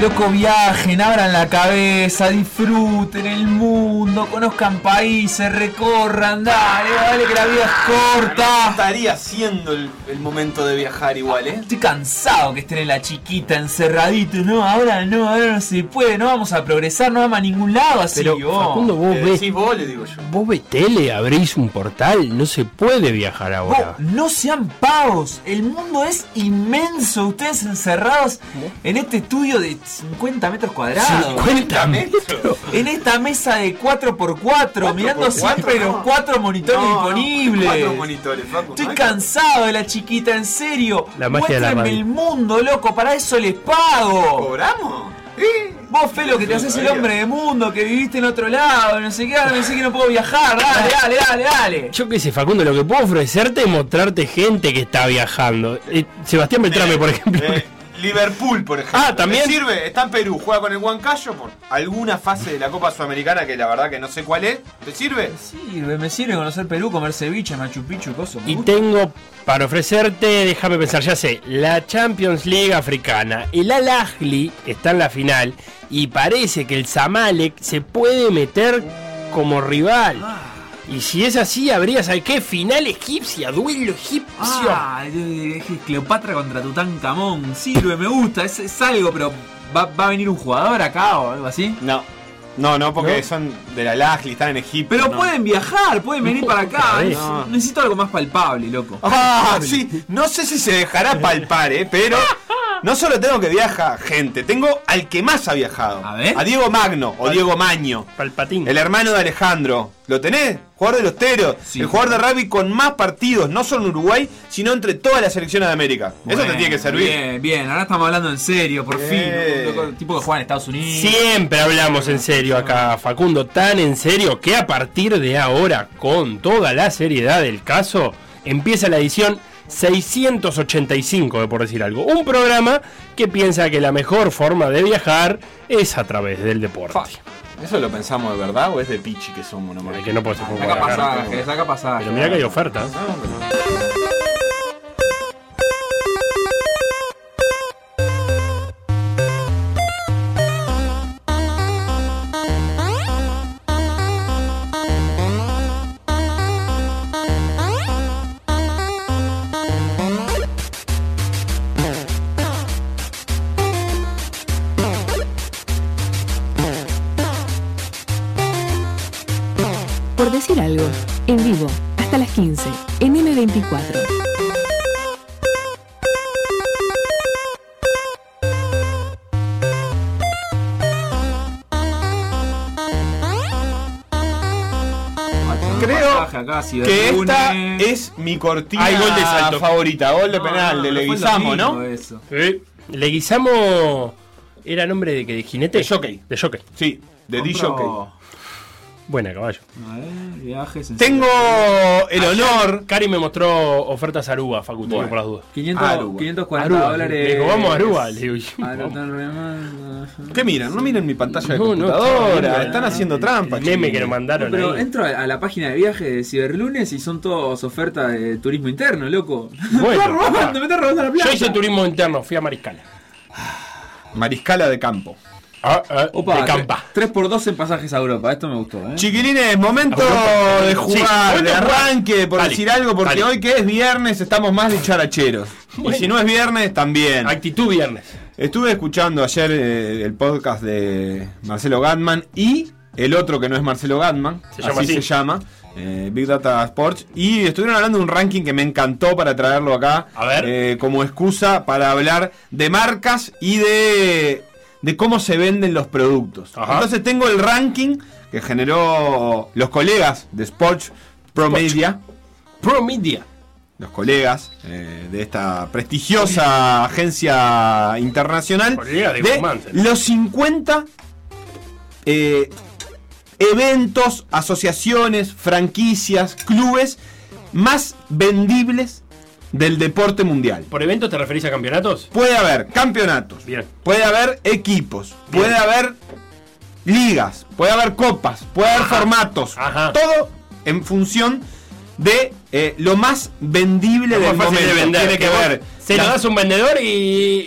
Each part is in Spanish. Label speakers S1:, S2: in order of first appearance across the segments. S1: loco, viajen, abran la cabeza, disfruten el mundo, conozcan países, recorran, dale, dale, que la vida es
S2: No
S1: corta.
S2: estaría siendo el, el momento de viajar igual, ¿eh?
S1: Estoy cansado que estén en la chiquita, encerradito, no, ahora no, ahora no se puede, no vamos a progresar, no vamos a ningún lado así,
S3: Pero,
S1: vos.
S3: Facundo, vos
S2: Le
S3: ves,
S2: decís Eh, vos, le digo yo.
S3: vos ves tele, abrís un portal, no se puede viajar
S1: Vos,
S3: ahora.
S1: no sean pavos, el mundo es inmenso, ustedes encerrados en este estudio de 50 metros cuadrados.
S3: 50 metros.
S1: En esta mesa de 4x4, mirando
S2: por cuatro,
S1: siempre
S2: no.
S1: los cuatro monitores
S2: No, no,
S1: disponibles.
S2: Cuatro monitores, Facu.
S1: Estoy
S2: no hay-
S1: cansado de la chiquita, en serio.
S3: La magia de la
S1: Muéstrenme
S3: radio.
S1: el mundo, loco, para eso les pago.
S2: ¿Cobramos? ¿Eh?
S1: Vos, Felo, que te haces el hombre de mundo, que viviste en otro lado, no sé qué, ahora me decís que no puedo viajar, dale, dale, dale, dale.
S3: Yo qué sé, Facundo, lo que puedo ofrecerte es mostrarte gente que está viajando. Eh, Sebastián Beltrame, por ejemplo.
S2: Eh, Liverpool, por ejemplo.
S3: Ah, ¿también?
S2: ¿Me sirve? Está en Perú, juega con el Huancayo por alguna fase de la Copa Sudamericana que la verdad que no sé cuál es. ¿Te sirve?
S1: Sirve, me sirve conocer Perú, comer ceviche, Machu Picchu y cosas. me
S3: Y
S1: gusta.
S3: tengo para ofrecerte, déjame pensar, ya sé, la Champions League africana. El Al Ahly está en la final y parece que el Zamalek se puede meter como rival.
S1: Ah.
S3: Y si es así, habría, ¿sabes qué? Final egipcia, duelo egipcio.
S1: Ah, eh, eh, Cleopatra contra Tutankamón. Sirve, me gusta, es, es algo, pero ¿va, va a venir un jugador acá o algo así.
S2: No. No, no, porque
S3: ¿No?
S2: son de la Lajli, están en Egipto.
S1: Pero
S2: no.
S1: pueden viajar, pueden venir para acá.
S3: Otra vez.
S1: Neces- Necesito algo más palpable, loco.
S2: Ah, sí, no sé si se dejará palpar, eh, pero no solo tengo que viajar gente, tengo al que más ha viajado.
S1: A ver.
S2: Diego Magno o Diego Maño.
S3: Palpatín.
S2: El hermano de Alejandro. ¿Lo tenés? Jugador de los Teros.
S1: Sí.
S2: el jugador de rugby con más partidos, no solo en Uruguay, sino entre todas las selecciones de América. Eso te
S1: Bueno,
S2: tiene que servir.
S1: Bien, bien, ahora estamos hablando en serio, por
S2: Bien.
S1: fin. Un loco- tipo que juega en Estados Unidos.
S3: Siempre hablamos en serio acá, Facundo, tan en serio que a partir de ahora, con toda la seriedad del caso, empieza la edición 685 de Por Decir Algo. Un programa que piensa que la mejor forma de viajar es a través del deporte.
S2: ¿Eso lo pensamos de verdad o es de pichi que somos nomás?
S3: Ay, que no puedo ser poco
S1: Saca
S3: viajar.
S1: pasajes, saca pasajes.
S3: Pero mira que hay ofertas.
S4: Por decir algo, en vivo, hasta las 15, en M24.
S2: Creo
S1: Pasaje acá, Ciudad
S2: Que
S1: Lunes.
S2: esta es mi cortina
S3: Hay gol de salto.
S2: favorita, gol de
S1: No,
S2: penal,
S1: Ah, no,
S2: de
S1: no,
S2: Leguizamo,
S1: fue
S2: ¿no?
S1: domingo eso.
S3: Sí. Leguizamo era nombre de que de jinete.
S2: De jockey.
S3: De jockey.
S2: Sí, de
S1: Compro-
S2: DJ.
S3: Buena caballo.
S1: A ver, viajes en
S2: Tengo el honor.
S3: Cari me mostró ofertas Aruba, Facundo,
S2: Bueno.
S3: por las dudas.
S1: 500,
S2: Aruba.
S1: 540
S3: Aruba.
S1: dólares.
S3: Le digo, vamos a Aruba, le digo, y-
S5: Ah,
S1: Aruba,
S2: ¿Qué miran? No miren mi pantalla de
S3: No, no,
S2: computadora.
S3: está bien.
S2: Están haciendo trampa.
S3: El meme
S2: chicos.
S3: que nos mandaron.
S1: pero
S3: ahí.
S1: entro a, a la página de viajes de Ciberlunes y son todos ofertas de turismo interno, loco. me
S3: Bueno,
S1: estás robando, me estás robando la plata.
S3: Yo hice turismo interno, fui a Mariscala.
S2: Mariscala de campo. Ah,
S1: Opa,
S3: de Campa.
S1: 3x2 en pasajes a Europa, esto me gustó, ¿eh?
S2: Chiquilines, momento
S3: Europa.
S2: de
S3: Sí,
S2: jugar,
S3: momento
S2: de
S3: de jugar.
S2: arranque, por
S3: Dale,
S2: decir algo, porque
S3: dale.
S2: hoy que es viernes estamos más de characheros. Y si no es viernes, también.
S3: Actitud viernes.
S2: Estuve escuchando ayer eh, el podcast de Marcelo Gatman y el otro que no es Marcelo Gatman,
S3: Se
S2: así,
S3: llama así.
S2: se llama, eh, Big Data Sports, y estuvieron hablando de un ranking que me encantó para traerlo acá
S3: A ver.
S2: eh, como excusa para hablar de marcas y de, de cómo se venden los productos.
S3: Ajá.
S2: Entonces tengo el ranking que generó los colegas de Sports Pro Media
S3: Pro Media.
S2: los colegas eh, de esta prestigiosa agencia internacional
S3: Colega de Guzmán, se
S2: los 50 eh, eventos, asociaciones, franquicias, clubes más vendibles del deporte mundial.
S3: ¿Por eventos te referís a campeonatos?
S2: Puede haber campeonatos,
S3: Bien.
S2: puede haber equipos,
S3: Bien.
S2: puede haber ligas, puede haber copas, puede haber formatos,
S3: Ajá.
S2: todo en función de eh, lo más vendible
S3: Lo
S2: del
S3: más fácil
S2: momento.
S3: de vender.
S2: Tiene que
S3: vos
S2: ver.
S3: Se lo
S2: la-
S3: das a un vendedor y,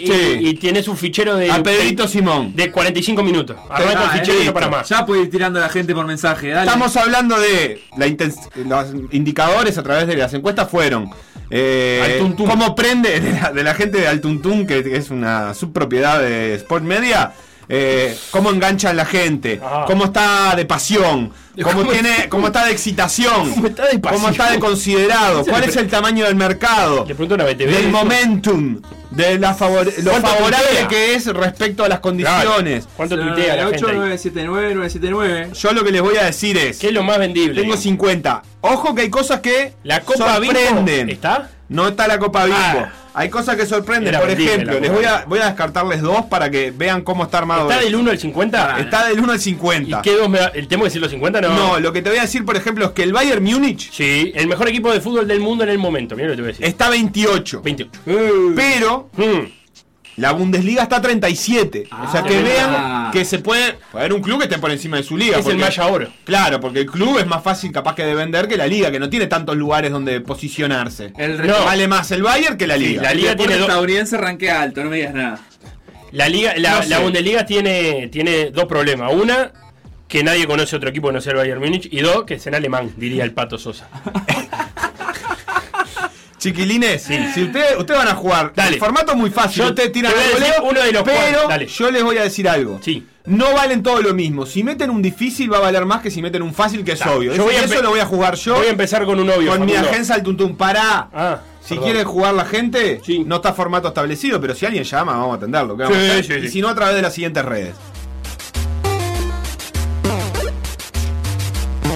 S3: y,
S2: Sí.
S3: y tienes un fichero de.
S2: A Pedrito eh. Simón.
S3: De 45 minutos. Arranca el
S5: Ah,
S3: fichero y no
S5: listo.
S3: para más.
S5: Ya puede ir tirando a la gente por mensaje, dale.
S2: Estamos hablando de la intens- los indicadores a través de las encuestas fueron eh,
S3: Al tuntún.
S2: cómo prende de la, de la gente de Altuntún, que es una subpropiedad de Sport Media, eh, cómo engancha a la gente,
S3: Ah.
S2: cómo está de pasión, cómo, tiene, cómo está de excitación,
S3: ¿Cómo está de pasión?
S2: cómo está de considerado, cuál es el tamaño del mercado,
S3: Le pregunto a una BTV.
S2: del momentum, de la favor- lo
S3: ¿Cuánto
S2: favorable
S3: puntea?
S2: que es respecto a las condiciones.
S3: ¿Cuánto
S5: Ah,
S3: tuitea la gente? ahí?
S5: 8979, 979.
S2: Yo lo que les voy a decir es...
S3: ¿Qué es lo más vendible?
S2: Tengo 50. Ojo que hay cosas que
S3: La Copa Bimbo
S2: sorprenden.
S3: está.
S2: No está la Copa Bimbo.
S3: Ah.
S2: Hay cosas que sorprenden.
S3: Era
S2: Por
S3: vendible
S2: ejemplo,
S3: la
S2: les
S3: Copa
S2: voy a,
S3: Bimbo.
S2: voy a descartarles dos para que vean cómo está armado.
S3: ¿Está
S2: esto.
S3: del 1 al 50?
S2: Ah, Está del 1 al
S3: ¿Y
S2: 50.
S3: qué dos me da? ¿El tema de decir los 50? No.
S2: No, lo que te voy a decir, por ejemplo, es que el Bayern Múnich
S3: Sí, el mejor equipo de fútbol del mundo en el momento. Mira lo que te voy a decir.
S2: está 28.
S3: 28.
S2: Pero
S3: Mm.
S2: la Bundesliga está 37. o sea,
S5: Ah.
S2: que vean que se puede... Puede haber un club que esté por encima de su liga.
S3: Es el Maya Oro.
S2: Claro, porque el club es más fácil capaz que de vender que la liga, que no tiene tantos lugares donde posicionarse.
S5: El
S3: No,
S5: resto-
S2: Vale más el Bayern que la
S3: Sí,
S2: liga.
S3: la
S5: el
S3: liga
S5: deporte
S3: tiene dos-
S5: estadounidense ranquea alto, no me digas nada.
S3: La liga, la,
S2: No sé.
S3: la Bundesliga tiene, tiene dos problemas. Una, que nadie conoce otro equipo que no sea el Bayern Múnich. Y dos, que es en alemán, diría el Pato Sosa.
S2: Chiquilines, si ustedes ustedes van a jugar,
S3: Dale.
S2: el formato es muy fácil.
S3: Yo
S2: ustedes tiran
S3: te voy
S2: al
S3: a decir
S2: voleo,
S3: uno de los
S2: pero
S3: cuatro. Dale.
S2: yo les voy a decir algo.
S3: Sí.
S2: No valen todo lo mismo. Si meten un difícil va a valer más que si meten un fácil que es
S3: Dale.
S2: obvio.
S3: Yo voy
S2: Ese-
S3: a
S2: eso
S3: empe-
S2: lo voy a jugar yo
S3: Voy a empezar con un obvio.
S2: con mi
S3: Facundo.
S2: agencia al tuntún. Pará.
S3: Ah,
S2: si
S3: perdón.
S2: quiere jugar la gente,
S3: Sí.
S2: no está formato establecido, pero si alguien llama, vamos a atenderlo. ¿qué vamos
S3: Sí,
S2: a hacer?
S3: sí,
S2: y
S3: sí.
S2: si no, a través de las siguientes redes.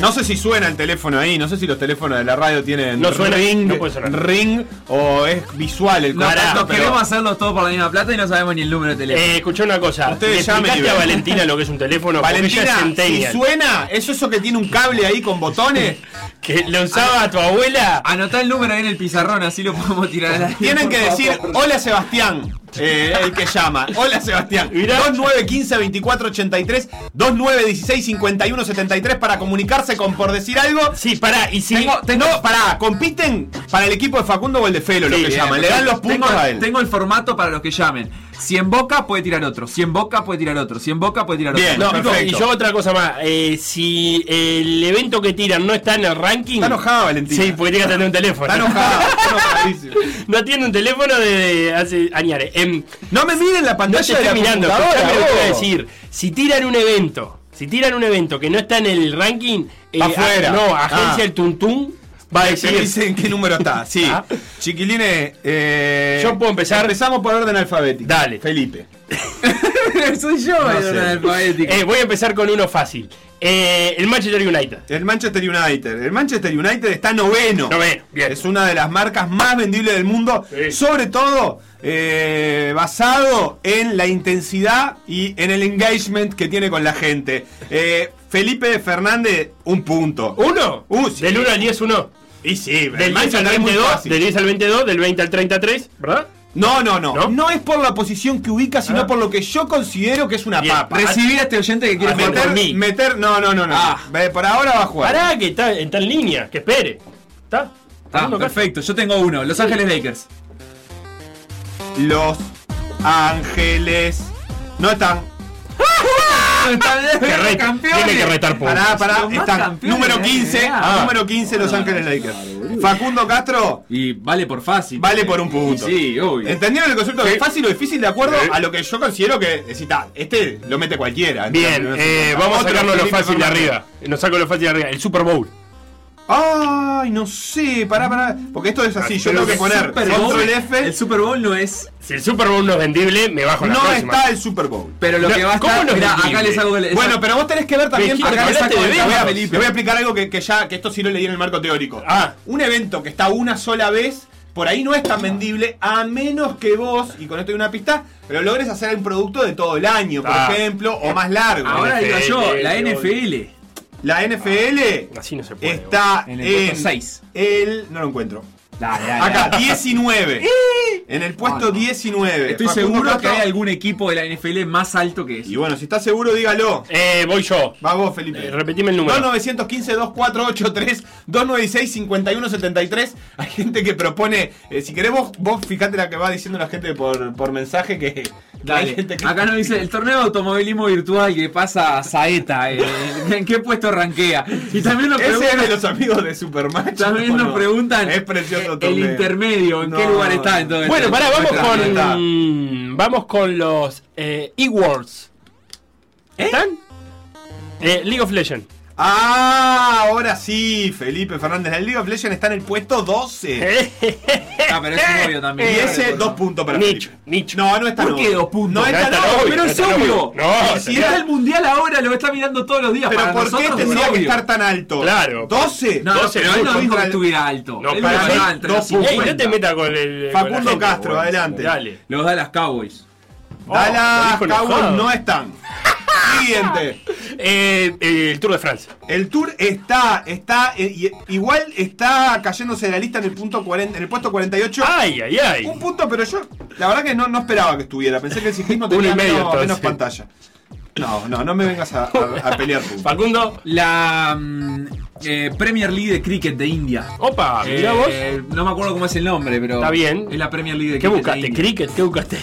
S2: No sé si suena el teléfono ahí, no sé si los teléfonos de la radio tienen
S3: No suena,
S2: ring,
S3: no puede sonar.
S2: ring o es visual el
S5: Nos,
S2: contacto,
S5: nos
S2: pero-
S5: queremos hacerlos todos por la misma plata y no sabemos ni el número de teléfono.
S3: Eh, escuchá una cosa.
S2: Ustedes
S3: ¿Le
S2: llamen y
S3: explicaste a
S2: ven.
S3: Valentina lo que es un teléfono? Porque ella es
S2: Valentina, si
S3: centennial.
S2: suena, ¿es eso que tiene un cable ahí con botones?
S3: Que lo usaba tu abuela.
S5: Anotá el número ahí en el pizarrón, así lo podemos tirar al aire.
S2: Tienen que
S5: por
S2: decir,
S5: favor.
S2: hola Sebastián, eh, el que llama. Hola Sebastián.
S3: Mirá.
S2: 2915-2483, 2916-5173 para comunicarse con Por Decir Algo.
S3: Sí, pará, y si.
S2: Tengo- tengo- no, pará, compiten para el equipo de Facundo o el de Felo, lo
S3: Sí,
S2: que
S3: bien,
S2: llaman. Le dan los puntos
S5: tengo,
S2: a él.
S5: Tengo el formato para los que llamen. Si en boca puede tirar otro, si en boca puede tirar otro, si en boca puede tirar otro.
S2: Bien,
S3: No,
S5: Perfecto.
S3: y
S2: perfecto.
S3: yo otra cosa más. Eh, si el evento que tiran no está en el ranking.
S2: Está enojada, Valentina.
S3: Sí, porque tiene que atender un teléfono.
S2: Está enojado, está enojadísimo.
S3: No tiene un teléfono desde hace añares. Em,
S2: No me miren la
S3: no
S2: pantalla
S3: te estoy
S2: de la
S3: mirando,
S2: computadora,
S3: escuchame lo que te voy a
S2: vos.
S3: decir. Si tiran un evento, si tiran un evento que no está en el ranking, eh,
S2: Está afuera.
S3: a- no, agencia
S2: Ah.
S3: el Tuntún va a
S2: Te
S3: decir.
S2: dicen qué número está, sí.
S3: Ah.
S2: Chiquilines, eh,
S3: Yo puedo empezar.
S2: Empezamos por orden alfabético.
S3: Dale.
S2: Felipe.
S5: Soy yo,
S2: No
S5: el
S2: sé.
S5: analfabético.
S3: Eh, voy a empezar con uno fácil. Eh, el Manchester United.
S2: El Manchester United. El Manchester United está noveno.
S3: Noveno, bien.
S2: Es una de las marcas más vendibles del mundo.
S3: Sí.
S2: Sobre todo eh, basado en la intensidad y en el engagement que tiene con la gente. Eh, Felipe Fernández, un punto.
S3: ¿Uno?
S2: Uh, sí.
S3: Del 1 al 10, uno.
S2: y sí,
S3: Del 10 al
S2: es muy
S3: 22,
S2: fácil.
S3: del 10 al 22, del 20 al 33, ¿verdad?
S2: No, no, no, no.
S3: ¿No?
S2: es por la posición que ubica, sino
S3: Ah.
S2: por lo que yo considero que es una
S3: Bien.
S2: papa.
S5: Recibí a este oyente que quiere
S3: Ah,
S5: jugar
S3: meter-
S5: por mí.
S2: meter, no, no, no, no.
S5: Ah.
S2: Ve, Por ahora va a jugar.
S3: Pará, que está, está en línea, que espere. ¿Está? ¿Está
S5: Ah,
S3: dando caso?
S5: perfecto, yo tengo uno. Los Ángeles Lakers.
S2: Los Ángeles no están.
S5: Están
S3: Que reta,
S5: campeones.
S3: tiene que retar por.
S2: Pará, pará,
S5: Los más
S2: están.
S5: campeones
S2: Número
S3: eh,
S5: de
S2: 15,
S5: NBA.
S2: ah, número 15 Los Ángeles
S5: Ah,
S2: Lakers. Facundo Castro
S5: Y vale por fácil.
S2: vale por un punto.
S5: Sí, obvio.
S2: ¿Entendieron el concepto de fácil o difícil de acuerdo
S3: Sí.
S2: a lo que yo considero que es, está, este lo mete cualquiera?
S3: Bien,
S2: Entonces,
S3: eh, vamos a
S2: otro
S3: sacarnos lo
S2: Felipe
S3: fácil de
S2: Fernández.
S3: arriba. Nos saco lo fácil de arriba. El Super Bowl.
S2: Ay, no sé, pará, pará. Porque esto es así, yo tengo
S3: Pero
S2: que
S5: El
S2: poner
S5: Super Bowl-
S2: control F.
S5: El Super Bowl no es.
S3: Si el Super Bowl no es vendible, me bajo la
S2: No
S3: próxima.
S2: está el Super Bowl.
S5: Pero lo
S3: No,
S5: que va a
S3: ¿cómo
S5: estar.
S3: no es
S5: mirá, acá
S3: vendible?
S5: les hago el.
S2: Bueno, pero vos tenés que ver también.
S3: Pero,
S2: acá
S3: Gil,
S2: le saco
S3: hablaste
S2: el
S3: de
S2: tema.
S3: eventos.
S2: Le voy a explicar algo que, que ya, que esto sí lo leí en el marco teórico.
S3: Ah.
S2: Un evento que está una sola vez, por ahí no es tan vendible, a menos que vos, y con esto hay una pista, pero logres hacer un producto de todo el año, por
S3: Ah.
S2: ejemplo, o más largo.
S5: Ahora digo yo,
S3: NFL,
S5: la
S3: boludo.
S5: NFL.
S2: La NFL
S3: Así no se puede.
S2: está
S5: En
S2: en
S5: el puesto seis.
S2: el. No lo encuentro.
S1: Dale, dale,
S2: Acá,
S1: dale.
S2: 19. En el puesto
S1: No, no.
S2: 19.
S1: Estoy
S2: Facundo
S1: seguro que
S2: Castro.
S1: hay algún equipo de la NFL más alto que
S2: Y
S1: eso.
S2: bueno, si estás seguro, dígalo.
S3: Eh, voy yo.
S2: Va vos, Felipe.
S3: Eh, repetime el número.
S2: 2915-2483, 296-5173. Hay gente que propone. eh, si querés, vos, vos fijate la que va diciendo la gente por, por mensaje que. hay
S1: Dale.
S2: gente que-
S1: Acá nos dice el torneo de automovilismo virtual que pasa a Saeta. eh, ¿En qué puesto ranquea? Y también nos
S2: Ese es
S1: preguntan,
S2: de los amigos de Superman.
S1: también
S2: ¿o
S1: nos
S2: no?
S1: preguntan
S2: Es precioso
S1: el
S2: torneo.
S1: intermedio, ¿en qué
S2: No.
S1: lugar está entonces?
S3: Bueno, pará, vamos
S2: Nuestra meta.
S3: con. Vamos con los eh, E-Worlds. ¿Están? Eh, League of Legends.
S2: Ah, ahora sí, Felipe Fernández. El League of Legends está en el puesto
S1: Eh,
S2: 12.
S1: Ah, pero es obvio
S2: Y
S1: también.
S2: ese, dos puntos para
S3: Nicho,
S2: Felipe.
S3: Nicho.
S2: No, no está
S1: eh, ¿Por qué
S2: novio.
S1: dos puntos?
S2: No
S1: Ya
S2: está
S3: está
S2: novio,
S3: novio,
S2: pero
S3: ya
S2: es
S3: está novio.
S2: obvio.
S3: No,
S2: Y si
S1: Si
S2: era
S1: está el mundial ahora, lo está mirando todos los días.
S2: Pero
S1: para
S2: ¿por qué
S1: nosotros es
S2: tendría que
S1: obvio.
S2: estar tan alto?
S3: Claro.
S2: 12.
S1: No,
S3: Doce
S1: pero él no
S3: puntos
S1: dijo que
S2: contra el-
S1: estuviera alto.
S3: No,
S1: él
S2: para
S1: lo
S2: mí,
S1: dejaba eh, entre los
S2: dos puntos.
S3: Ey, no te
S1: 50.
S3: metas con el. con la
S2: Facundo
S3: gente,
S2: Castro,
S3: boludo.
S2: adelante.
S3: Dale.
S1: Los da las Cowboys.
S2: Dallas
S3: Oh, lo dijo
S2: Cowboys
S3: enojado.
S2: no están. Siguiente.
S3: Eh, eh, el Tour de Francia.
S2: El tour está, está, eh, y- igual está cayéndose de la lista en el punto 40, en el puesto 48.
S3: Ay, ay, ay.
S2: Un punto, pero yo, la verdad que no, no esperaba que estuviera. Pensé que el ciclismo
S3: Uno y
S2: tenía
S3: medio,
S2: menos,
S3: entonces.
S2: menos pantalla. No, no, no me vengas a, a- a pelear puntos.
S3: Facundo.
S1: La mm, eh, Premier League de Cricket de India.
S3: Opa, Ah, mirá vos.
S1: Eh, no me acuerdo cómo es el nombre, pero.
S3: Está bien.
S1: Es la Premier League de
S3: ¿Qué
S1: Cricket. de
S3: buscaste?
S1: India.
S3: ¿Cricket? ¿Qué buscaste?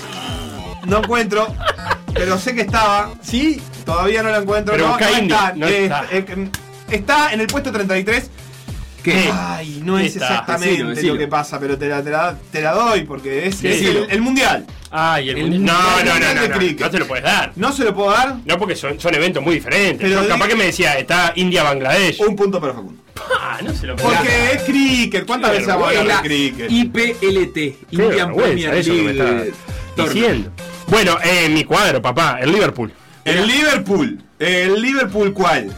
S2: No encuentro, pero sé que estaba. Sí, todavía no la encuentro.
S3: Pero
S2: no,
S3: busca
S2: no
S3: indie,
S2: está.
S3: no
S2: Eh,
S3: está.
S2: eh, está en el puesto 33.
S1: ¿Qué?
S2: Ay, no
S3: Sí
S2: es
S3: está.
S2: exactamente
S1: Decilo, decilo.
S2: lo que pasa, pero te la, te la- te la doy porque es,
S3: Sí.
S2: es el, el mundial.
S3: Ay, el.
S1: El
S3: mundial. no,
S2: mundial
S3: no, no,
S2: de
S3: no, no.
S2: cricket.
S3: No te lo puedes dar.
S2: No se lo puedo dar.
S3: No, porque son, son eventos muy diferentes.
S2: Pero
S3: Yo capaz
S2: digo-
S3: que me decía, está India-Bangladesh.
S2: Un punto para Facundo.
S3: Ah, no se lo puedo dar.
S2: Porque es cricket. ¿Cuántas
S3: Qué
S2: veces vamos a
S1: Es la
S2: hablar de cricket?
S1: IPLT,
S3: Qué
S1: Indian
S3: vergüenza
S1: Premier
S3: eso que me
S1: League.
S3: está
S1: Tournament.
S3: diciendo. Bueno, eh, mi cuadro, papá, el Liverpool.
S2: El Liverpool. ¿El Liverpool cuál?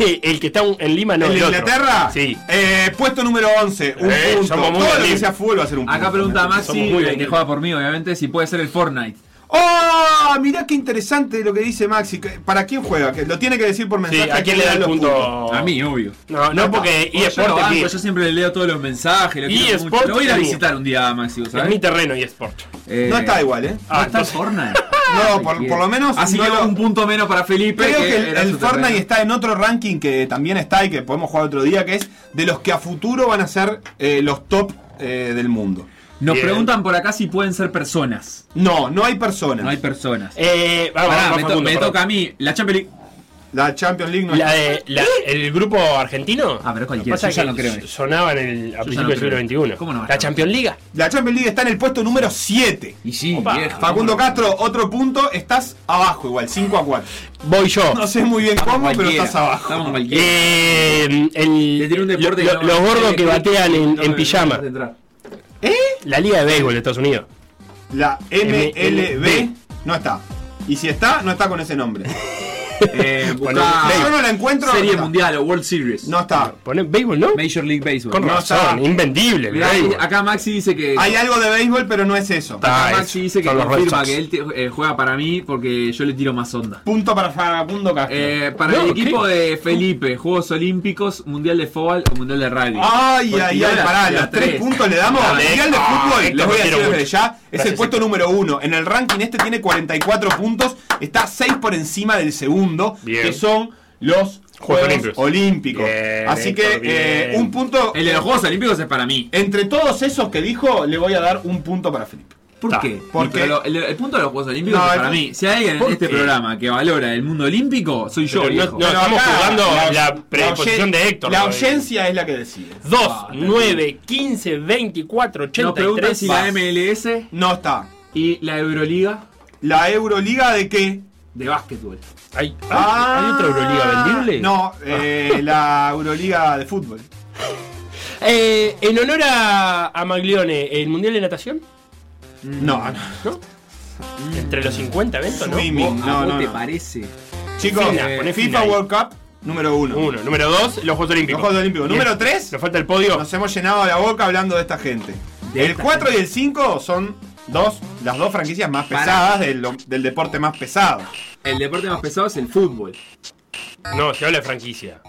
S3: el que está un- en Lima no.
S2: ¿El de
S3: otro.
S2: Inglaterra?
S3: Sí.
S2: Eh, puesto número 11. Un
S3: Eh,
S2: punto.
S3: somos muy
S2: Todo lo que
S3: bien.
S2: sea fútbol va a ser un punto.
S1: Acá pregunta a
S3: Somos
S1: Maxi,
S3: muy
S1: eh, que
S3: bien.
S1: juega por mí, obviamente, si puede ser el Fortnite.
S2: ¡Oh! Mirá qué interesante lo que dice Maxi. Que- ¿Para quién juega? Que lo tiene que decir por
S3: Sí,
S2: mensaje.
S3: ¿a quién le
S2: da
S3: da el
S2: los puntos.
S3: punto?
S1: A mí, obvio.
S3: No, no, porque
S1: Yo, lo
S3: eSport es,
S1: banco,
S3: mi-
S1: yo siempre le leo todos los mensajes. Lo,
S3: Y
S1: quiero
S3: Sport
S1: mucho. Lo voy a ir a
S3: también.
S1: visitar un día, Maxi, ¿vos
S3: es
S1: ¿sabes?
S3: mi terreno eSport.
S1: Eh,
S2: No está igual, ¿eh?
S1: No está
S3: Ah,
S1: el
S3: entonces-
S1: Fortnite.
S2: No, por, por lo menos.
S1: Así
S2: no
S1: que
S2: lo-
S1: un punto menos para Felipe.
S2: Creo que el,
S1: era
S2: el
S1: su
S2: Fortnite
S1: terreno.
S2: está en otro ranking que también está y que podemos jugar otro día, que es de los que a futuro van a ser eh, los top eh, del mundo.
S1: Nos
S3: Bien.
S1: preguntan por acá si pueden ser personas.
S2: No, no hay personas.
S1: No hay personas.
S3: Eh, vamos,
S1: Pará,
S3: vamos,
S1: me, to-
S3: Facundo,
S1: me
S3: perdón.
S1: toca a mí. La Champions League.
S2: La Champions League no
S3: La
S2: hay.
S3: de- la- ¿El grupo argentino?
S1: Ah, pero es cualquiera,
S3: Lo que pasa
S1: yo ya
S3: es
S1: no
S3: que
S1: creo en eso.
S3: Sonaba en el,
S1: Yo ya no
S3: a principios del
S1: creo.
S3: siglo XXI.
S1: ¿Cómo no va a
S3: ¿La
S1: estar?
S3: Champions League?
S2: La Champions League está en el puesto número 7.
S1: Y sí,
S3: Opa.
S1: viejo.
S2: Facundo Castro, otro punto, estás abajo igual, 5 a 4.
S3: Voy yo.
S2: No sé muy bien cómo, pero
S1: Cualquiera.
S2: estás abajo.
S1: Estamos cualquiera.
S3: Eh,
S1: Le tiré
S3: el,
S1: un deporte
S3: lo-
S1: que no-
S3: los gordos que batean en,
S1: No
S3: en
S1: me-
S3: pijama.
S1: no me entrar.
S3: La Liga de Béisbol de Estados Unidos.
S2: La MLB no está. Y si está, no está con ese nombre.
S1: Eh,
S3: Bueno,
S1: buscá
S2: Yo no la encuentro.
S1: Serie
S2: no está.
S1: Mundial o World Series.
S2: No está.
S3: ¿Pone béisbol, no?
S1: Major League Baseball.
S3: Con
S2: No
S3: razón,
S2: sabe.
S3: invendible. el
S1: Mirá,
S3: béisbol.
S1: acá Maxi dice que.
S2: Hay algo de béisbol, pero no es eso.
S3: Está.
S1: acá
S3: Ah,
S1: Maxi
S3: es-
S1: dice que
S3: son los Red
S1: confirma
S3: Sox.
S1: que él te- eh, juega para mí porque yo le tiro más onda.
S2: Punto para Facundo Castro.
S1: Eh, para
S3: No,
S1: el
S3: ¿qué?
S1: equipo de Felipe, Juegos Olímpicos, Mundial de Fútbol o Mundial de Rugby.
S2: Ay, ay, ay,
S1: Porque ya
S2: pará, los
S1: pues, las
S2: tres
S1: tres.
S2: puntos le damos.
S3: Dale.
S2: El Mundial de
S3: Ah,
S2: Fútbol, les
S3: esto
S2: voy a
S3: me
S2: decir
S3: quiero
S2: desde
S3: mucho.
S2: ya, es el
S3: Gracias,
S2: puesto número uno. En el ranking este tiene 44 puntos, está 6 por encima del segundo,
S3: Bien.
S2: que son los
S3: Juegos
S2: Juegos
S3: Olímpicos.
S2: Olímpicos.
S3: Bien,
S2: Así que
S3: Héctor,
S2: eh,
S3: bien.
S2: un punto,
S1: El de los Juegos Olímpicos es para mí.
S2: entre todos esos que dijo, le voy a dar un punto para Felipe.
S1: ¿Por
S3: Ta,
S1: qué?
S2: porque-
S1: Pero lo- el, el punto de los Juegos Olímpicos
S2: No,
S1: es
S2: el
S1: para
S2: pu-
S1: mí. Si hay alguien en
S3: ¿Por
S1: este
S3: qué?
S1: programa que valora el mundo olímpico, soy yo.
S3: Pero no-
S1: viejo.
S3: no-
S2: Pero
S3: estamos
S2: acá
S3: jugando
S2: aus-
S3: la predisposición
S2: oyen-
S3: de Héctor,
S2: La
S3: ¿no?
S2: ausencia es la que decide.
S3: 2, 9, 15, 24,
S1: Nos preguntan
S3: 83.
S1: si la MLS
S2: No está.
S1: y la Euroliga
S2: La Euroliga de qué?
S1: de básquetbol.
S3: ¿Hay, hay- hay otra Euroliga vendible?
S2: Ah, No,
S3: Ah.
S2: eh, la Euroliga de fútbol.
S3: Eh, en honor a, a Maglione, ¿el Mundial de Natación? Mm.
S2: No, no.
S3: ¿No?
S2: Mm.
S3: Entre los 50 eventos, ¿no?
S2: Swimming,
S1: ¿Vos-
S2: no,
S1: ¿A vos
S2: no,
S1: te
S2: no.
S1: parece?
S2: Chicos,
S3: Fina,
S2: eh,
S3: poné fina
S2: FIFA
S3: ahí.
S2: World Cup número uno.
S3: Uno. Número dos, los Juegos Olímpicos.
S2: Los Juegos Olímpicos.
S3: Bien.
S2: Número tres,
S3: Nos falta el podio.
S2: nos hemos llenado la boca hablando de esta gente.
S1: De
S2: el
S1: esta
S2: 4 y el 5 son dos, las dos franquicias más
S1: Para.
S2: pesadas del, del deporte más pesado.
S1: El deporte más pesado es el fútbol.
S3: No, se habla de franquicia.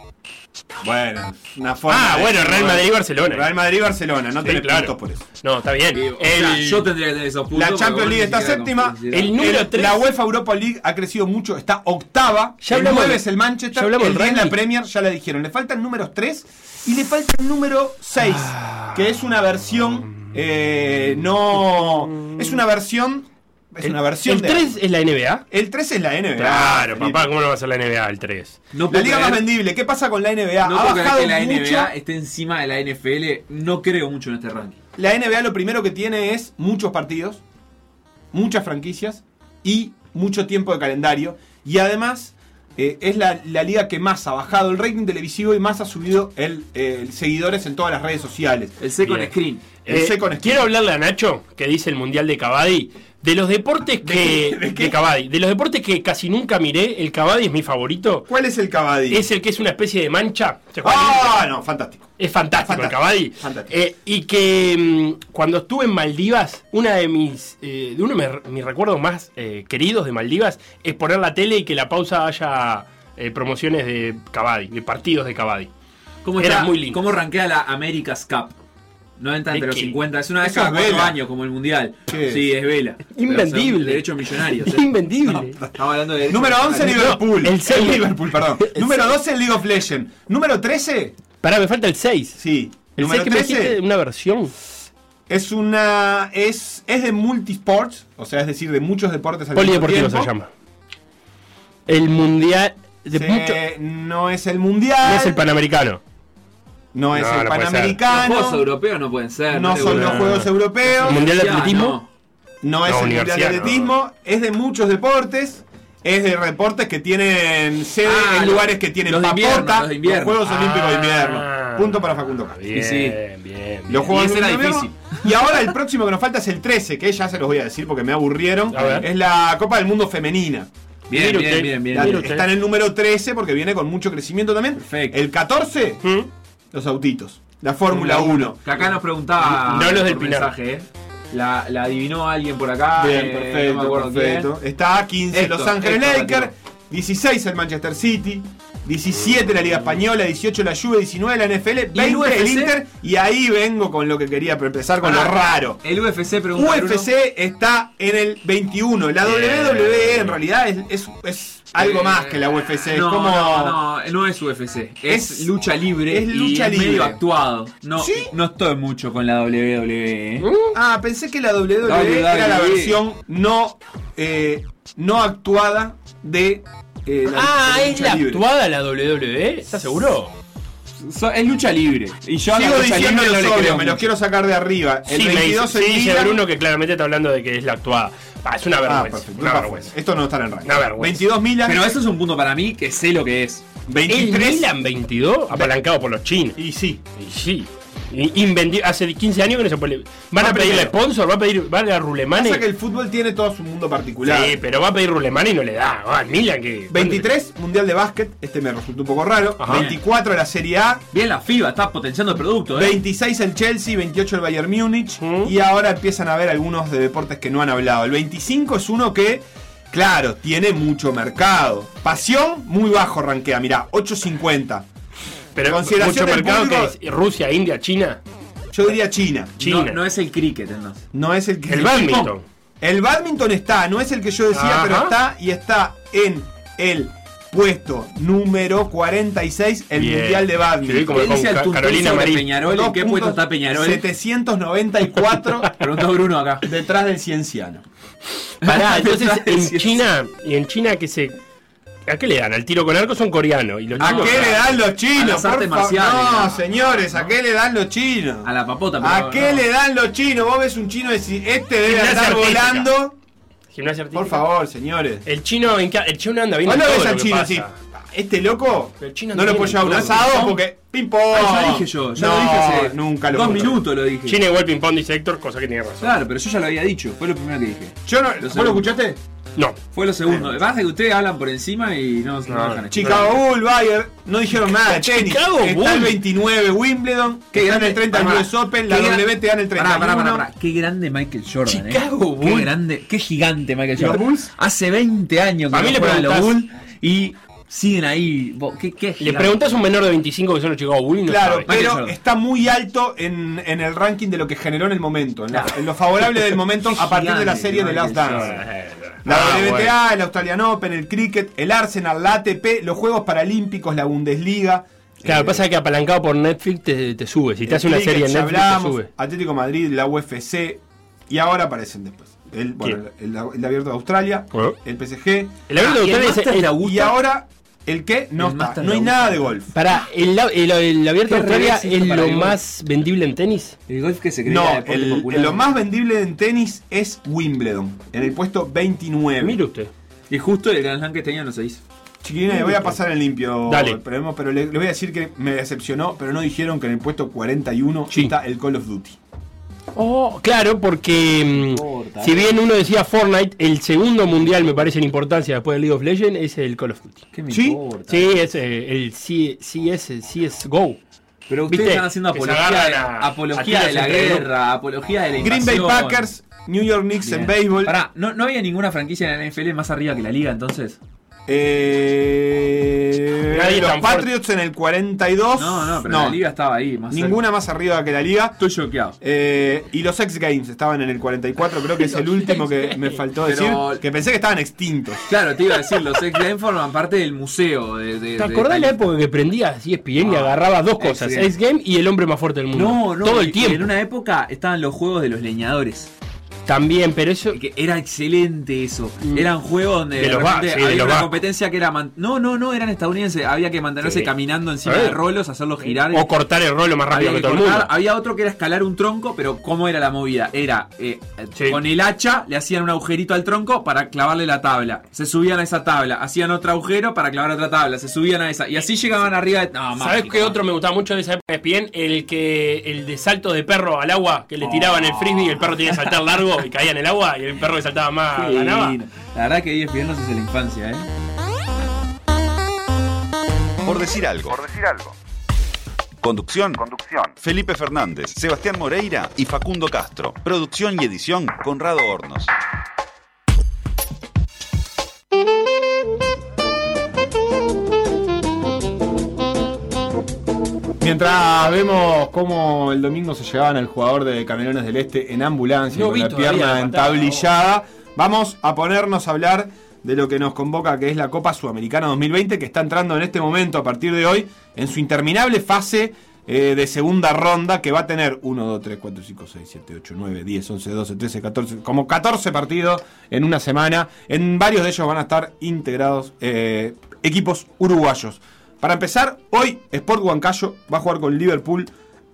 S2: Bueno, una forma.
S3: Ah,
S2: de-
S3: bueno, Real Madrid y Barcelona.
S2: Real Madrid y Barcelona, no
S3: Sí,
S2: tiene
S3: claro.
S2: puntos por eso.
S3: No, está bien.
S1: Eh, o
S3: El-
S1: sea, yo tendría que tener esos puntos.
S2: La
S1: porque
S2: Champions
S1: vos
S2: League
S1: ni
S2: está
S1: siquiera
S2: séptima.
S1: confundís
S3: El
S1: nada.
S3: número tres.
S2: La UEFA Europa League ha crecido mucho, está octava.
S3: Ya
S2: el
S3: hablamos
S2: 9
S3: de-
S2: es el Manchester,
S3: ya hablamos
S2: el
S3: del
S2: 10 la
S3: ranking.
S2: Premier, ya la dijeron. Le faltan números 3 y le falta el número 6,
S3: Ah.
S2: que es una versión eh, no es una versión es una versión
S3: El
S2: de
S3: 3 es la NBA.
S2: El 3 es la NBA.
S3: Claro,
S2: Felipe.
S3: papá, ¿cómo no va a ser la NBA el 3?
S1: No
S2: La
S1: puedo
S2: liga
S1: creer-
S2: más vendible. ¿Qué pasa con la NBA?
S1: No
S2: ha
S1: puedo creer
S2: bajado
S1: que la
S2: mucho.
S1: NBA esté encima de la NFL. No creo mucho en este ranking.
S2: La NBA lo primero que tiene es muchos partidos, muchas franquicias y mucho tiempo de calendario. Y además eh, es la, la liga que más ha bajado el rating televisivo y más ha subido el, eh, seguidores en todas las redes sociales.
S1: El second
S3: Bien.
S1: screen.
S2: El second screen.
S3: Eh, quiero hablarle a Nacho, que dice el Mundial de Cavadi. De los deportes que.
S2: de
S3: ¿De,
S2: qué?
S3: Cavadi. De los deportes que casi nunca miré, el Cavadi es mi favorito.
S2: ¿Cuál es el Cavadí?
S3: Es el que es una especie de mancha. ¿Se juega limpio?
S2: ¡Ah! no, fantástico.
S3: Es fantástico,
S2: Fantástico,
S3: el Cavadi.
S2: fantástico.
S3: Eh, y que mm, cuando estuve en Maldivas, una de mis eh, de uno de mis- mis recuerdos más eh, queridos de Maldivas es poner la tele y que la pausa haya eh, promociones de Cavadi, de partidos de Cavadi.
S1: ¿Cómo
S3: Era
S1: está?
S3: muy lindo.
S1: ¿Cómo rankea la America's Cup? No entra entre
S3: ¿De
S1: los
S3: qué?
S1: 50. Es una de
S2: Esa
S1: esas
S2: es
S1: cuatro
S2: vela.
S1: años como el mundial.
S2: ¿Qué
S1: Sí, es vela.
S3: Invendible.
S1: Derechos millonarios. eh.
S3: Invendible.
S1: Estamos hablando de.
S2: Número 11,
S1: millonarios.
S2: Liverpool.
S3: el seis.
S2: Liverpool, perdón. Número 12, League of Legends. Número 13,
S3: Pará, me falta el 6.
S2: sí.
S3: El 6
S2: Número
S3: que me dijiste
S2: 13
S3: de una versión.
S2: es una. Es, es de multisports, o sea, es decir, de muchos deportes al mismo
S3: Polideportivo se
S2: tiempo.
S3: llama. El mundial de
S2: Se-
S3: mucho-
S2: No es el mundial.
S3: No es el panamericano.
S2: no es el
S3: No, no puede ser.
S1: Los
S2: panamericano.
S1: juegos europeos no pueden ser.
S2: no
S1: te
S2: son
S1: burles.
S2: los juegos europeos.
S3: El mundial Ah, de
S1: Ya,
S3: atletismo.
S2: No es
S3: No,
S2: el mundial de
S3: universidad, no.
S2: atletismo. Es de muchos deportes. Es de deportes que tienen sede
S1: Ah,
S2: en
S1: los-
S2: lugares que tienen
S1: los de
S2: papota.
S1: invierno, los de invierno.
S2: Juegos Olímpicos de
S3: Ah.
S2: Invierno. Punto para Facundo Castro.
S3: Bien,
S1: sí.
S3: bien, bien.
S2: Los
S1: Y
S2: Juegos
S1: ese era
S2: Olímpicos de Invierno. Y ahora el próximo que nos falta es el 13, que ya se los voy a decir porque me aburrieron.
S3: A ver.
S2: Es la Copa del Mundo Femenina.
S1: Bien,
S3: Mire
S1: bien,
S3: usted.
S1: bien, bien.
S2: La-
S3: Mire
S1: bien.
S3: usted.
S2: está en el número 13 porque viene con mucho crecimiento también.
S1: Perfecto.
S2: El 14,
S3: ¿Mm?
S2: los autitos. La Fórmula 1.
S1: Que acá nos preguntaba.
S3: No los del
S1: por
S3: Pinar.
S1: mensaje, eh. La, la adivinó alguien por acá.
S2: Bien,
S1: eh,
S2: perfecto,
S1: no me acuerdo
S2: perfecto. Está 15
S1: Héctor,
S2: Los Ángeles
S1: Héctor,
S2: Lakers,
S1: latino.
S2: 16 el Manchester City, 17 la Liga Española, 18 la Juve, 19 la NFL, 20 el
S1: UFC?
S2: Inter y ahí vengo con lo que quería pero empezar con lo
S1: Pará.
S2: raro.
S1: quién. El UFC pregunta.
S2: UFC está en el 21. La
S3: Bien.
S2: WWE en realidad es, es- es algo
S1: Eh,
S2: más que la UFC. es
S1: no,
S2: como...
S1: no, no, no es UFC. Es,
S2: Es-
S1: lucha libre.
S2: es lucha
S1: y es medio
S2: libre.
S1: actuado. No,
S2: ¿Sí?
S1: no estoy mucho con la WWE. eh.
S2: Ah, pensé que la WWE
S1: Dale, dale,
S2: era la
S1: dale.
S2: versión no, eh, no actuada de. eh, la-
S3: Ah,
S2: de
S3: es
S2: lucha
S3: la
S2: libre.
S3: actuada la WWE. ¿Estás seguro?
S1: So- es lucha libre. Y yo a la
S2: Sigo
S1: lucha
S2: diciendo
S1: libre
S2: los
S1: no le creo
S2: obvios, me los
S1: mucho.
S2: quiero sacar de arriba. El
S3: Sí, me
S2: 22
S3: dice, sí,
S2: en
S3: dice
S2: Liga-
S3: Bruno que claramente está hablando de que es la actuada. Ah, es una
S2: Ah,
S3: vergüenza.
S2: perfecto.
S3: una
S2: no,
S3: vergüenza.
S2: Esto no está en el ranking.
S3: Una vergüenza.
S2: 22 Milan,
S1: Pero eso es un punto para mí que sé lo que es.
S3: El
S2: 23
S3: Milan 22, apalancado por los chinos.
S2: y sí.
S3: Y sí. Y- invendi- hace 15 años que no se puede. Van
S2: Va
S3: a pedirle
S2: primero.
S3: sponsor, va a pedir va a Rulemani.
S2: Pasa que el fútbol tiene todo su mundo particular.
S3: Sí, pero va a pedir Rulemani y no le da. Ah, el Milan que.
S2: 23 Mundial de Básquet, este me resultó un poco raro.
S3: Ajá.
S2: 24 la Serie A,
S1: Bien, la FIBA está potenciando el producto, ¿eh?
S2: 26 el Chelsea, 28 el Bayern Múnich.
S3: Ujú.
S2: Y ahora empiezan a ver algunos de deportes que no han hablado. El 25 es uno que, claro, tiene mucho mercado. Pasión, muy bajo ranquea. Mirá, 8.50.
S3: Pero
S2: Consideración
S3: mucho
S2: del
S3: mercado
S2: público-
S3: que es Rusia, India, China.
S2: Yo diría China.
S3: China.
S1: No, no es el cricket, entonces.
S2: No es el que.
S3: El badminton.
S2: El badminton está, no es el que yo decía,
S3: Ajá.
S2: pero está y está en el puesto número 46, el
S3: Bien.
S2: Mundial de Badminton.
S3: Sí, como
S1: ¿Qué
S3: con
S1: dice el
S3: Ca-
S1: tuntún
S3: Carolina
S1: sobre
S3: Marín.
S1: Peñarol? ¿En
S2: Dos
S1: qué
S2: puntos,
S1: puesto está Peñarol?
S2: 794
S1: Pregunta Bruno acá.
S2: detrás del Cienciano.
S3: Pará, entonces
S1: Detrás del
S3: en
S1: cien-
S3: China. Y en China que se. ¿A qué le dan? Al tiro con arco son coreanos. Y los
S2: ¿A
S3: chinos-
S2: qué le dan los
S1: A
S2: chinos?
S1: las artes
S2: Por fa-
S1: marciales,
S2: no,
S1: nada.
S2: señores, ¿a qué le dan los chinos?
S1: A la papota, pero
S2: ¿A qué
S1: no.
S2: le dan los chinos? Vos ves un chino y decís, este debe
S3: Gimnasia
S2: andar
S3: artística.
S2: volando.
S3: Gimnasia artística.
S2: Por favor, señores.
S1: Eh,
S3: El chino, en ca- el chino anda bien.
S2: Vos
S3: en
S2: lo
S3: todo
S2: ves al
S3: que
S2: chino
S3: pasa.
S2: así. Este loco
S3: Pero el chino
S2: no lo
S3: tiene
S2: puedo llevar a un
S3: todo.
S2: asado porque. ¡Ping pong!
S1: Ah, ya lo dije yo, ya lo
S2: No,
S1: dije hace
S2: Nunca lo
S1: dos
S2: puedo.
S1: minutos lo dije.
S3: China igual ping-pong dice Héctor, cosa que tiene razón.
S1: Claro, pero yo ya lo había dicho, fue lo primero que dije.
S2: Yo no,
S1: Lo
S2: ¿Vos lo
S1: segundo.
S2: escuchaste?
S3: No.
S1: Fue lo segundo. Basta que ustedes hablan por encima y no, no,
S3: No,
S1: dejan escuchar.
S2: Chicago Bull, Bayern, no dijeron nada de tenis.
S3: Chicago
S2: está el
S3: Bull.
S2: 29 Wimbledon, que gana el 30 el
S1: Pará,
S2: US Open, la
S1: qué gran-
S2: WTA en el 31.
S1: Pará, pará, pará, pará. Qué grande Michael Jordan, eh.
S3: Chicago
S1: Qué
S3: Bull.
S1: grande, qué gigante Michael
S2: ¿Y los
S1: Jordan.
S2: Bulls?
S1: Hace 20 años que
S3: A mí
S1: no
S3: le
S1: juegan los
S3: preguntás-
S1: Bulls y siguen ahí. Bo- ¿Qué, qué
S3: Le
S1: gigante.
S3: preguntas a un menor de 25 que son los Chicago Bulls y no
S2: Claro,
S3: sabe.
S2: pero
S1: Jordan.
S2: está muy alto en, en el ranking de lo que generó en el momento, en, la-
S3: Ah.
S1: Claro.
S2: en lo favorable del momento a partir de la
S1: Gigante,
S2: serie de Last
S1: Michael
S2: Dance.
S1: Jordan.
S2: La
S3: Ah,
S2: WTA, el Australian Open, el cricket, el Arsenal, la ATP, los Juegos Paralímpicos, la Bundesliga.
S3: Claro,
S2: eh,
S3: pasa que apalancado por Netflix te, te sube. Si te
S2: el
S3: hace una
S2: cricket,
S3: serie en
S2: ya
S3: Netflix, te
S2: hablamos,
S3: sube.
S2: Atlético Madrid, la UFC, y ahora aparecen después. El, bueno, el, el abierto de Australia,
S3: Bueno.
S2: el PSG,
S1: Ah, y
S3: El abierto de
S1: el
S3: Australia es-
S1: Masters
S3: es-
S1: de Augusta.
S2: y ahora el que no
S1: El
S2: está.
S1: Master
S2: No hay
S1: de
S2: nada
S1: Augusta.
S2: de golf.
S3: Pará, el, la- el- el abierto de
S1: Qué
S3: Australia
S1: revés esto
S3: es
S1: para
S3: lo
S1: el golf.
S3: más vendible en tenis.
S1: El golf que se creía
S2: No,
S1: deporte
S2: el-
S1: popular.
S2: lo más vendible en tenis es Wimbledon, en el puesto 29.
S3: Mire usted.
S1: Y justo el Grand Slam que este año no se hizo.
S2: Chiquilines, le voy a pasar en limpio.
S3: Dale.
S2: el problema, pero le, le voy a decir que me decepcionó, pero no dijeron que en el puesto 41
S3: Sí.
S2: está el Call of Duty.
S3: Oh, claro, porque mm,
S1: Importa. eh.
S3: si bien uno decía Fortnite, el segundo mundial me parece en importancia después del League of Legends es el Call of Duty.
S1: ¿Qué me
S2: ¿Sí?
S1: importa?
S3: Sí, es eh, el C- CS, CSGO.
S1: Pero ustedes
S3: Viste,
S1: están haciendo
S3: que se
S1: apología, de,
S3: agarran a- a
S1: apología de
S3: tiros
S1: la
S3: entre ellos.
S1: guerra, apología de la
S2: Green
S1: invasión.
S2: Bay Packers, New York Knicks
S1: Bien.
S2: en béisbol.
S1: Pará, no, no había ninguna franquicia en la NFL más arriba que la liga entonces.
S2: Eh,
S3: Nadie
S2: los
S3: tan fuerte.
S2: Patriots en el 42.
S1: No, no, pero la liga estaba ahí. Más
S2: ninguna más arriba que la liga.
S1: cerca. Estoy choqueado.
S2: Eh, y los X Games estaban en el 44, creo que es el último que me faltó decir.
S1: Pero-
S2: Que pensé que estaban extintos.
S1: Claro, te iba a decir, los X-Men forman parte del museo. De, de-
S3: ¿Te
S1: de-
S3: acordás
S1: de-
S3: la época que prendías E ESPN y
S1: Ah,
S3: agarrabas dos cosas?
S1: X-Game.
S3: X Game y el hombre más fuerte del mundo.
S1: No, no.
S3: Todo
S1: y- y
S3: el
S1: En
S3: tiempo.
S1: una época estaban los juegos de los leñadores.
S3: También, pero eso...
S1: Que era excelente eso.
S3: Mm.
S1: Eran juegos donde
S3: De los
S1: repente
S3: ba- sí, de
S1: había
S3: los
S1: una
S3: ba-
S1: competencia que era. man- No, no, no, eran estadounidenses. Había que mantenerse
S3: Sí.
S1: caminando encima
S3: Eh.
S1: de rolos, hacerlos girar.
S3: O cortar el rollo más rápido
S1: Había,
S3: que,
S1: que
S3: todo el
S1: cortar.
S3: mundo.
S1: Había otro que era escalar un tronco, pero ¿cómo era la movida? Era eh,
S3: Sí.
S1: con el hacha le hacían un agujerito al tronco para clavarle la tabla. Se subían a esa tabla, hacían otro agujero para clavar otra tabla, se subían a esa. Y así llegaban arriba de. No,
S3: ¿Sabes
S1: mágico,
S3: qué otro me gustaba mucho de esa época de ESPN? El que el de salto de perro al agua, que le tiraban el frisbee y el perro tenía que saltar largo y caía en el agua y el perro que saltaba más
S1: mágico.
S3: ganaba.
S1: Sí, La verdad que ESPN nos hace la infancia, ¿eh?
S6: Por decir algo.
S7: Por decir algo.
S6: Conducción.
S7: Conducción.
S6: Felipe Fernández, Sebastián Moreira y Facundo Castro. Producción y edición, Conrado Hornos.
S2: Mientras vemos cómo el domingo se llevaban al jugador de Canelones del Este en ambulancia
S3: No
S2: con
S3: vi
S2: la
S3: todavía
S2: pierna
S3: la
S2: entablillada, vamos a ponernos a hablar de lo que nos convoca, que es la Copa Sudamericana 2020, que está entrando en este momento, a partir de hoy, en su interminable fase eh, de segunda ronda, que va a tener 1, 2, 3, 4, 5, 6, 7, 8, 9, 10, 11, 12, 13, 14, como 14 partidos en una semana. En varios de ellos van a estar integrados eh, equipos uruguayos. Para empezar, hoy Sport Huancayo va a jugar con Liverpool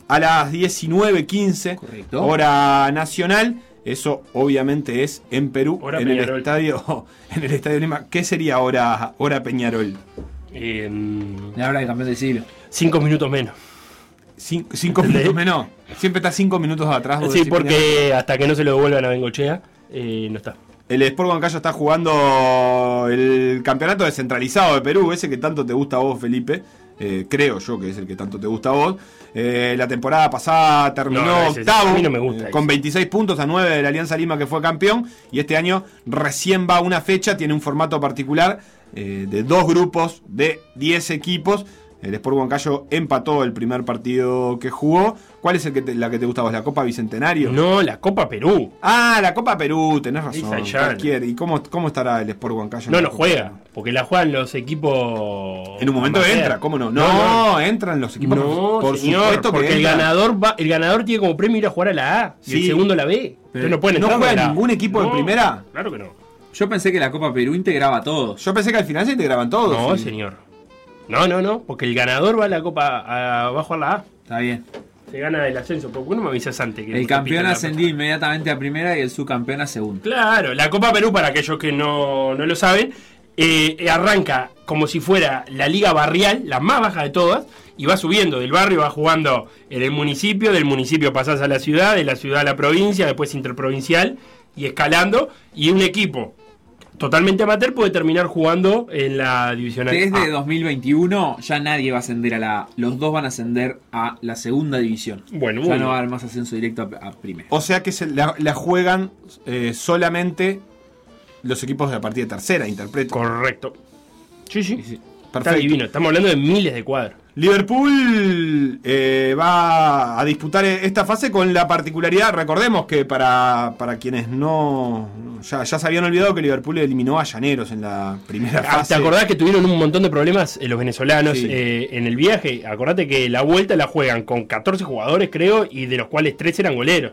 S2: a las 19.15,
S1: Correcto.
S2: hora nacional. Eso obviamente es en Perú,
S3: Hora
S2: en el,
S3: Peñarol.
S2: estadio, en el Estadio Lima. ¿Qué sería hora, hora Peñarol?
S3: Eh,
S1: La verdad que campeón del siglo.
S3: cinco minutos menos.
S2: Cin- cinco minutos menos. Siempre está cinco minutos atrás. vos
S3: Sí,
S2: decís, Peñarol.
S3: porque hasta que no se lo devuelvan a Bengochea, eh, no está.
S2: El Sport Huancayo está jugando el campeonato descentralizado de Perú, ese que tanto te gusta a vos, Felipe. Eh, creo yo que es el que tanto te gusta a vos. Eh, la temporada pasada terminó
S3: No, no, ese-
S2: octavo
S3: a mí no me
S2: eh,
S3: gusta ese.
S2: con 26 puntos a 9 de la Alianza Lima que fue campeón. Y este año recién va a una fecha, tiene un formato particular eh, de dos grupos de 10 equipos. El Sport Huancayo empató el primer partido que jugó. ¿Cuál es el que te- la que te gusta a vos? ¿La Copa Bicentenario?
S3: No, la Copa Perú.
S2: Ah, la Copa Perú, tenés razón.
S3: Esa ya,
S2: cualquier. ¿Y cómo, cómo estará el Sport Huancayo? en
S3: No
S2: la
S3: lo
S2: Copa
S3: juega,
S2: Perú?
S3: porque la juegan los equipos.
S2: En un momento
S3: amateur.
S2: entra, ¿cómo no? No,
S3: No, no.
S2: entran los equipos.
S3: No,
S2: por
S3: señor,
S2: supuesto que
S3: porque el
S2: entran.
S3: ganador va, el ganador tiene como premio ir a jugar a la A y el
S2: Sí.
S3: segundo a la B. Entonces no pueden
S2: ¿No
S3: entrar a
S2: juega
S3: la A.
S2: ningún equipo de
S3: No,
S2: primera?
S3: Claro que no.
S1: Yo pensé que la Copa Perú integraba a todos.
S2: Yo pensé que al final se integraban todos.
S3: No,
S2: Sí.
S3: señor. No, no, no, porque el ganador va a la Copa a, va a jugar la A.
S1: Está bien.
S3: Se gana el ascenso, ¿por qué no me avisas antes? que
S1: El
S3: no
S1: campeón
S3: te pican la
S1: ascendió
S3: pelota?
S1: inmediatamente a primera y el subcampeón a segunda.
S3: Claro, la Copa Perú, para aquellos que no, no lo saben, eh, eh, arranca como si fuera la liga barrial, la más baja de todas, y va subiendo del barrio, va jugando en el municipio, del municipio pasás a la ciudad, de la ciudad a la provincia, después interprovincial, y escalando, y un equipo totalmente amateur puede terminar jugando en la divisional.
S1: Desde
S3: A.
S1: 2021 ya nadie va a ascender a la A. Los dos van a ascender a la segunda división.
S3: Bueno,
S1: ya
S3: bueno.
S1: no va a haber más ascenso directo a, a primera.
S2: O sea que se la, la juegan eh, solamente los equipos de la partida tercera, interpreto.
S3: Correcto. Sí, sí. Está
S2: Perfecto.
S3: divino. Estamos hablando de miles de cuadros.
S2: Liverpool eh, va a disputar esta fase con la particularidad, recordemos que para, para quienes no ya, ya se habían olvidado que Liverpool eliminó a Llaneros en la primera
S3: Ah,
S2: fase.
S3: ¿Te acordás que tuvieron un montón de problemas eh, los venezolanos
S2: Sí.
S3: eh, en el viaje? Acordate que la vuelta la juegan con 14 jugadores, creo, y de los cuales 3 eran goleros.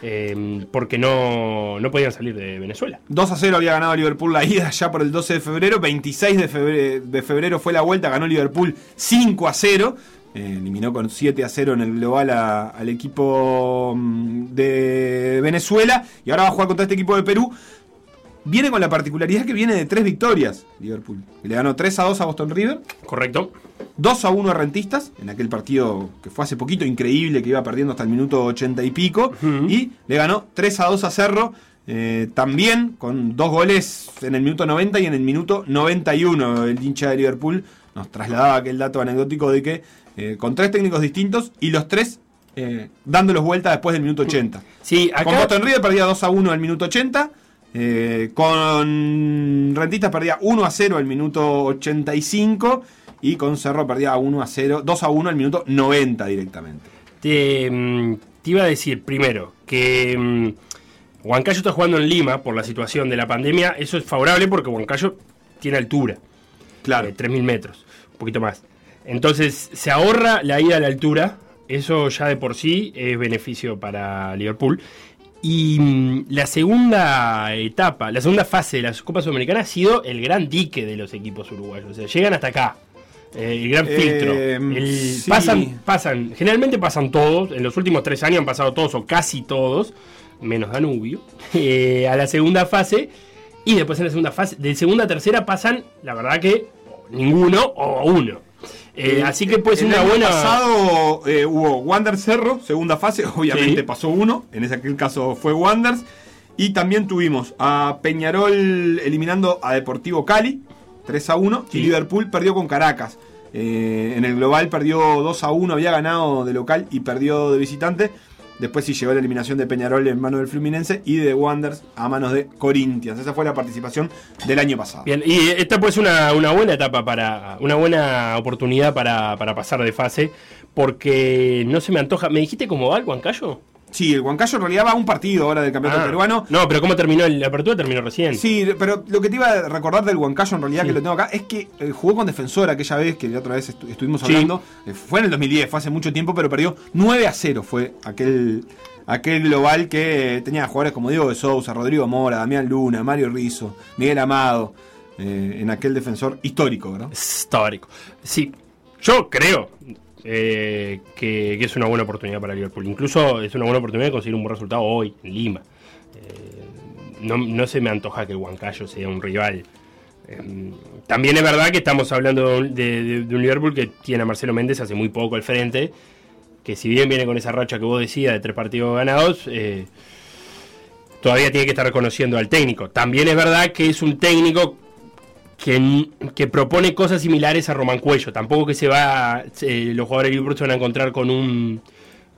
S3: Eh, porque no, no podían salir de Venezuela.
S2: 2 a 0 había ganado Liverpool la ida ya por el 12 de febrero. 26 de febrero, de febrero fue la vuelta, ganó Liverpool 5 a 0. Eh, eliminó con 7 a 0 en el global a- al equipo mm, de Venezuela. Y ahora va a jugar contra este equipo de Perú. Viene con la particularidad que viene de tres victorias Liverpool. Le ganó 3 a 2 a Boston River,
S3: ¿Correcto?
S2: 2 a 1 a Rentistas, en aquel partido que fue hace poquito increíble, que iba perdiendo hasta el minuto 80 y pico, y le ganó 3 a 2 a Cerro, eh, también con dos goles en el minuto 90 y en el minuto 91. El hincha de Liverpool nos trasladaba aquel dato anecdótico de que eh, con tres técnicos distintos y los tres eh, dándolos vuelta después del minuto 80.
S3: Sí,
S2: Con
S3: acá.
S2: Boston River perdía 2 a 1 al minuto 80. eh, con Rentistas perdía 1 a 0 al minuto 85. Y con Cerro perdía 1 a 0, 2 a 1 al minuto 90 directamente.
S3: Te, mm, te iba a decir primero que mm, Huancayo está jugando en Lima por la situación de la pandemia. Eso es favorable porque Huancayo tiene altura.
S2: Claro.
S3: eh, 3.000 metros, un poquito más. Entonces se ahorra la ida a la altura, eso ya de por sí es beneficio para Liverpool. Y mm, la segunda etapa, la segunda fase de las Copas Sudamericanas ha sido el gran dique de los equipos uruguayos. O sea, llegan hasta acá. eh, el gran
S2: Eh,
S3: filtro. El-
S2: sí.
S3: Pasan, pasan, generalmente pasan todos. En los últimos tres años han pasado todos o casi todos, menos Danubio, eh, a la segunda fase. Y después en la segunda fase, de segunda a tercera pasan, la verdad que ninguno o uno. Eh, así que puede ser
S2: El
S3: una
S2: año
S3: buena.
S2: pasado eh, hubo Wander Cerro, segunda fase, obviamente
S3: Sí.
S2: pasó uno, en ese aquel caso fue Wanders. Y también tuvimos a Peñarol eliminando a Deportivo Cali, 3 a 1, y
S3: Sí.
S2: Liverpool perdió con Caracas. Eh, en el global perdió 2 a 1, había ganado de local y perdió de visitante. Después sí llegó la eliminación de Peñarol en manos del Fluminense y de Wanders a manos de Corinthians. Esa fue la participación del año pasado.
S3: Bien, y esta puede ser una, una buena etapa para. Una buena oportunidad para, para pasar de fase. Porque no se me antoja. ¿Me dijiste cómo va el Huancayo?
S2: Sí, el Huancayo en realidad va a un partido ahora del campeonato
S3: Ah,
S2: peruano.
S3: No, pero ¿cómo terminó? el- La apertura terminó recién.
S2: Sí, pero lo que te iba a recordar del Huancayo en realidad que lo tengo acá es que eh, jugó con defensor aquella vez que la otra vez estu- estuvimos
S3: Sí.
S2: hablando. Eh, fue en el 2010, fue hace mucho tiempo, pero perdió 9 a 0. Fue aquel, aquel global que eh, tenía jugadores como Diego de Sousa, Rodrigo Mora, Damián Luna, Mario Rizzo, Miguel Amado. eh, en aquel defensor histórico, ¿verdad?
S3: histórico. Sí, yo creo eh, que, que es una buena oportunidad para Liverpool. Incluso es una buena oportunidad de conseguir un buen resultado hoy en Lima. Eh, no, no se me antoja que el Huancayo sea un rival. Eh, también es verdad que estamos hablando de, un- de- de- de un Liverpool que tiene a Marcelo Méndez hace muy poco al frente. Que si bien viene con esa racha que vos decías de tres partidos ganados, eh, todavía tiene que estar reconociendo al técnico. También es verdad que es un técnico que, que propone cosas similares a Román Cuello. Tampoco que se va. eh, los jugadores de Liverpool se van a encontrar con un.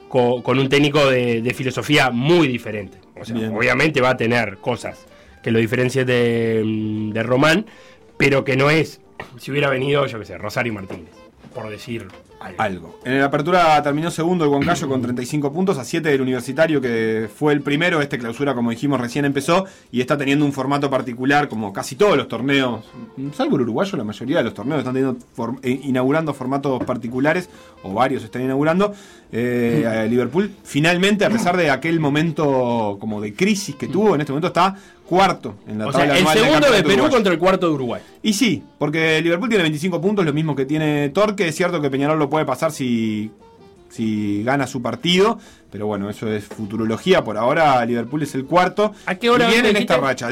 S3: co- Con, un técnico de, de filosofía muy diferente. O sea,
S2: Bien.
S3: obviamente va a tener cosas que lo diferencien de, mm, de Román, pero que no es. Si hubiera venido, yo qué sé, Rosario Martínez, por decir algo.
S2: Algo. En la apertura terminó segundo el Huancayo con 35 puntos, a 7 del Universitario, que fue el primero. Este clausura, como dijimos, recién empezó y está teniendo un formato particular, como casi todos los torneos, salvo el uruguayo, la mayoría de los torneos están teniendo form- eh, inaugurando formatos particulares, o varios están inaugurando. Eh, eh, Liverpool, finalmente, a pesar de aquel momento como de crisis que tuvo, en este momento está cuarto en la
S3: O sea,
S2: tabla
S3: el
S2: anual del
S3: segundo de
S2: campeonato
S3: Perú
S2: uruguayo.
S3: contra el cuarto de Uruguay.
S2: Y sí, porque Liverpool tiene 25 puntos, lo mismo que tiene Torque. Es cierto que Peñarol lo puede pasar si, si gana su partido, pero bueno, eso es futurología. Por ahora, Liverpool es el cuarto.
S3: ¿A qué hora
S2: Y viene
S3: me
S2: en esta
S3: dijiste?
S2: racha,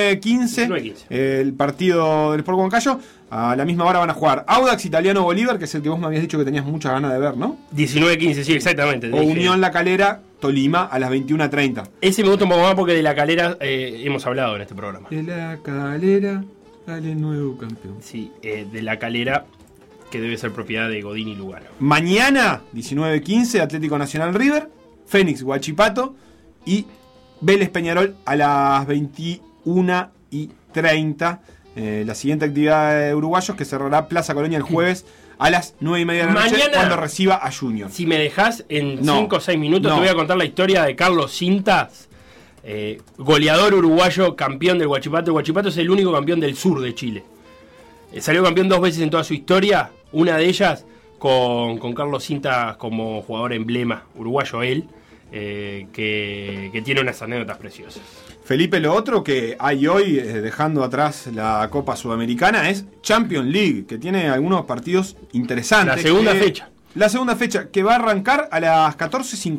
S2: 19-15.
S3: 19-15.
S2: El partido del Sport Huancayo. A la misma hora van a jugar Audax Italiano Bolívar, que es el que vos me habías dicho que tenías mucha ganas de ver, ¿no?
S3: 19-15, sí, exactamente.
S2: O
S3: dije.
S2: Unión La Calera Tolima a las 21.30.
S3: Ese me gusta un poco más porque de la calera eh, hemos hablado en este programa.
S2: De La Calera sale nuevo campeón.
S3: Sí, eh, de la calera que debe ser propiedad de Godín y Lugano.
S2: Mañana, 19.15, Atlético Nacional River, Fénix Guachipato y Vélez Peñarol a las 21 y 30. eh, la siguiente actividad de uruguayos que cerrará Plaza Colonia el jueves a las 9 y media de la noche
S3: Mañana.
S2: cuando reciba a Junior.
S3: Si me dejas en
S2: No.
S3: 5 o 6 minutos,
S2: No.
S3: te voy a contar la historia de Carlos Cintas, eh, goleador uruguayo, campeón del Guachipato. El Guachipato es el único campeón del sur de Chile. Eh, salió campeón dos veces en toda su historia, una de ellas con, con Carlos Cintas como jugador emblema, uruguayo él, eh, que, que tiene unas anécdotas preciosas.
S2: Felipe, lo otro que hay hoy, eh, dejando atrás la Copa Sudamericana, es Champions League, que tiene algunos partidos interesantes.
S3: La segunda
S2: que-
S3: fecha.
S2: La segunda fecha, que va a arrancar a las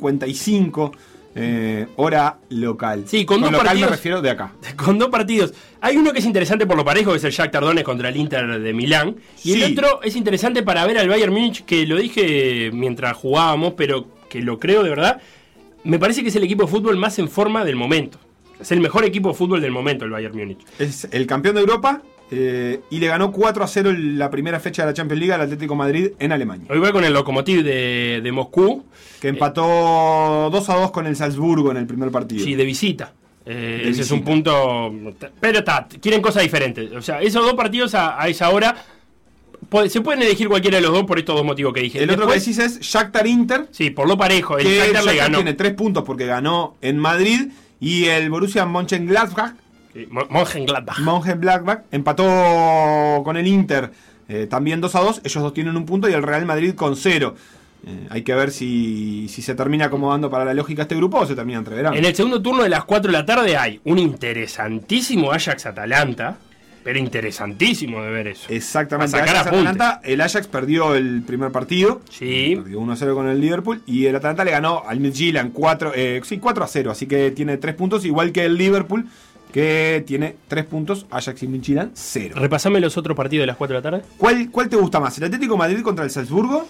S2: 14.55 eh, hora local.
S3: Sí, con dos
S2: local
S3: partidos-
S2: me refiero de acá.
S3: Con dos partidos. Hay uno que es interesante por lo parejo, que es el Jack Tardones contra el Inter de Milán. Y
S2: Sí.
S3: el otro es interesante para ver al Bayern Múnich, que lo dije mientras jugábamos, pero que lo creo de verdad. Me parece que es el equipo de fútbol más en forma del momento. Es el mejor equipo de fútbol del momento, el Bayern Múnich.
S2: Es el campeón de Europa eh, y le ganó 4 a 0 en la primera fecha de la Champions League al Atlético de Madrid en Alemania.
S3: Hoy va con el Lokomotiv de, de Moscú,
S2: Que empató 2 a 2 con el Salzburgo en el primer partido.
S3: sí, de visita. Eh, ese es
S2: visita.
S3: un punto. Pero está, quieren cosas diferentes. O sea, esos dos partidos a, a esa hora. puede- se pueden elegir cualquiera de los dos por estos dos motivos que dije.
S2: el otro que
S3: Después-
S2: decís es Shakhtar Inter,
S3: Sí, por lo parejo. El
S2: que
S3: Shakhtar le
S2: Shakhtar
S3: ganó.
S2: tiene 3 puntos porque ganó en Madrid y el Borussia Mönchengladbach,
S3: Sí, Mo- Mönchengladbach.
S2: Mönchengladbach empató con el Inter eh, también 2 a 2, ellos dos tienen un punto y el Real Madrid con 0. hay que ver si, si se termina acomodando para la lógica este grupo o se termina entreverando.
S3: En el segundo turno de las 4 de la tarde hay un interesantísimo Ajax-Atalanta. Pero interesantísimo de ver eso.
S2: Exactamente.
S3: A sacar
S2: Ajax,
S3: apuntes.
S2: Atalanta, el Ajax perdió el primer partido.
S3: Sí.
S2: Perdió 1 0 con el Liverpool. Y el Atalanta le ganó al Midtjylland 4, eh, sí, 4 a 0. Así que tiene 3 puntos, igual que el Liverpool, que tiene 3 puntos. Ajax y Midtjylland 0.
S3: Repasame los otros partidos de las 4 de la tarde.
S2: ¿Cuál, ¿Cuál te gusta más? ¿El Atlético de Madrid contra el Salzburgo?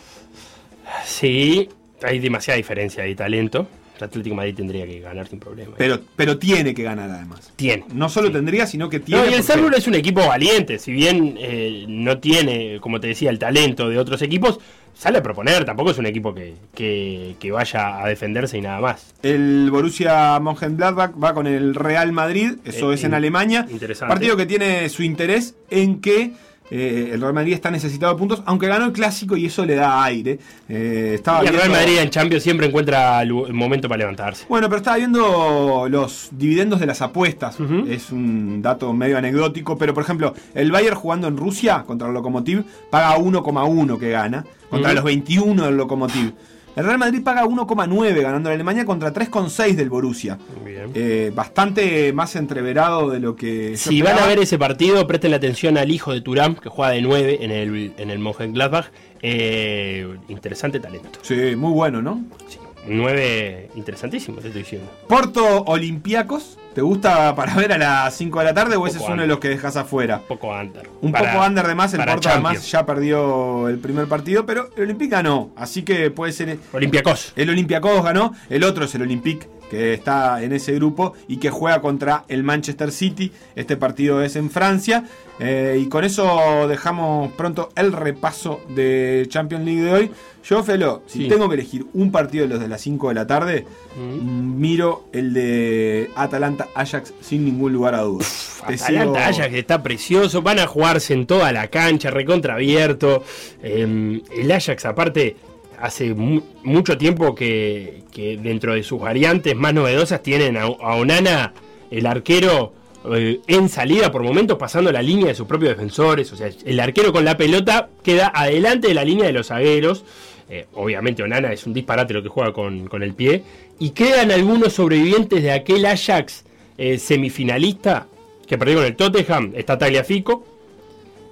S3: Sí, hay demasiada diferencia de talento. El Atlético de Madrid tendría que ganar sin problema.
S2: Pero, pero tiene que ganar además.
S3: tiene.
S2: No solo tendría, sino que tiene.
S3: No, y el
S2: porque-
S3: Salzburgo es un equipo valiente, si bien eh, no tiene, como te decía, el talento de otros equipos, sale a proponer, tampoco es un equipo que, que- que vaya a defenderse y nada más.
S2: El Borussia Mönchengladbach va con el Real Madrid, eso
S3: Eh,
S2: es en
S3: in-
S2: Alemania.
S3: interesante.
S2: Partido que tiene su interés en que eh, el Real Madrid está necesitado de puntos, aunque ganó el clásico y eso le da aire. Eh, estaba
S3: Y el Real
S2: viendo-
S3: Madrid en Champions siempre encuentra lu- el momento para levantarse.
S2: Bueno, pero estaba viendo los dividendos de las apuestas.
S3: Ujú.
S2: Es un dato medio anecdótico, pero por ejemplo, el Bayern jugando en Rusia contra el Lokomotiv paga 1,1 que gana, contra
S3: Ujú.
S2: los 21 del Lokomotiv. El Real Madrid paga 1,9 ganando a Alemania contra 3,6 del Borussia.
S3: Bien.
S2: Eh, bastante más entreverado de lo que. yo
S3: Si van a
S2: esperaba.
S3: ver ese partido, presten la atención al hijo de Turam, que juega de 9 en el, en el Mönchengladbach. Eh, interesante talento.
S2: Sí, muy bueno, ¿no?
S3: Sí, un 9 interesantísimo, te estoy diciendo.
S2: Porto Olympiacos, ¿te gusta para ver a las 5 de la tarde o ese es
S3: poco
S2: uno de
S3: under.
S2: los que dejas afuera?
S3: Un poco under.
S2: Un
S3: Para-
S2: poco under de más, el
S3: para
S2: Porto además
S3: Champions.
S2: ya perdió el primer partido, pero el Olympique ganó, así que puede ser.
S3: Olympiacos.
S2: El Olympiacos ganó, el otro es el Olympique que está en ese grupo y que juega contra el Manchester City. Este partido es en Francia. Eh, y con eso dejamos pronto el repaso de Champions League de hoy. Yo, Felo, si
S3: Sí.
S2: tengo que elegir un partido de los de las 5 de la tarde, mm, miro el de Atalanta-Ajax sin ningún lugar a dudas. Te sigo-
S3: Atalanta Ajax está precioso, van a jugarse en toda la cancha, recontra abierto. Eh, el Ajax, aparte, hace mu- mucho tiempo que, que dentro de sus variantes más novedosas tienen a, a Onana, el arquero, eh, en salida por momentos, pasando la línea de sus propios defensores. O sea, el arquero con la pelota queda adelante de la línea de los zagueros. Eh, obviamente Onana es un disparate lo que juega con, con el pie. Y quedan algunos sobrevivientes de aquel Ajax eh, semifinalista que perdió con el Tottenham. Está Tagliafico.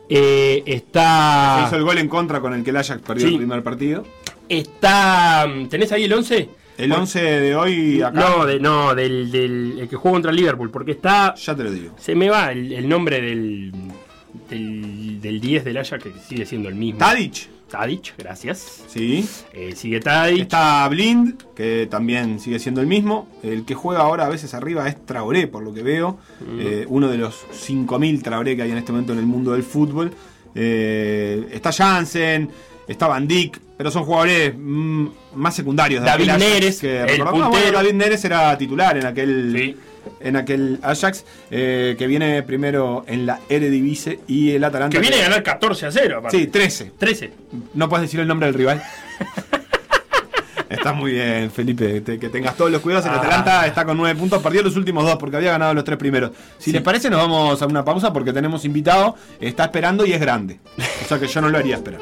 S3: eh,
S2: Se
S3: está.
S2: hizo el gol en contra con el que el Ajax perdió
S3: Sí.
S2: el primer partido.
S3: Está. ¿Tenés ahí el 11?
S2: El 11 de hoy acá.
S3: No, de- no del, del- el que jugó contra el Liverpool. Porque está.
S2: Ya te lo digo.
S3: Se me va el, el nombre del, del. del 10 del Ajax, que sigue siendo el mismo.
S2: Tadic.
S3: Tadic, gracias.
S2: Sí.
S3: Eh, sigue Tadic.
S2: Está Blind, que también sigue siendo el mismo. El que juega ahora a veces arriba es Traoré, por lo que veo.
S3: Mm.
S2: Eh, uno de los 5.000 Traoré que hay en este momento en el mundo del fútbol. Eh, está Jansen, está Van Dijk. Pero son jugadores mm, más secundarios. de
S3: David
S2: aquel Ajax
S3: Neres, el
S2: recordamos. Ah, bueno,
S3: puntero.
S2: David Neres era titular en aquel,
S3: Sí.
S2: en aquel Ajax, eh, que viene primero en la Eredivisie y el Atalanta.
S3: Que viene a ganar 14 a 0, aparte.
S2: Sí, 13.
S3: 13.
S2: No puedes decir el nombre del rival. Está muy bien, Felipe. te- que tengas todos los cuidados. El
S3: Ah.
S2: Atalanta está con nueve puntos. Perdió los últimos dos porque había ganado los tres primeros. Si les parece, nos vamos a una pausa porque tenemos invitado. Está esperando y es grande. O sea que yo no lo haría esperar.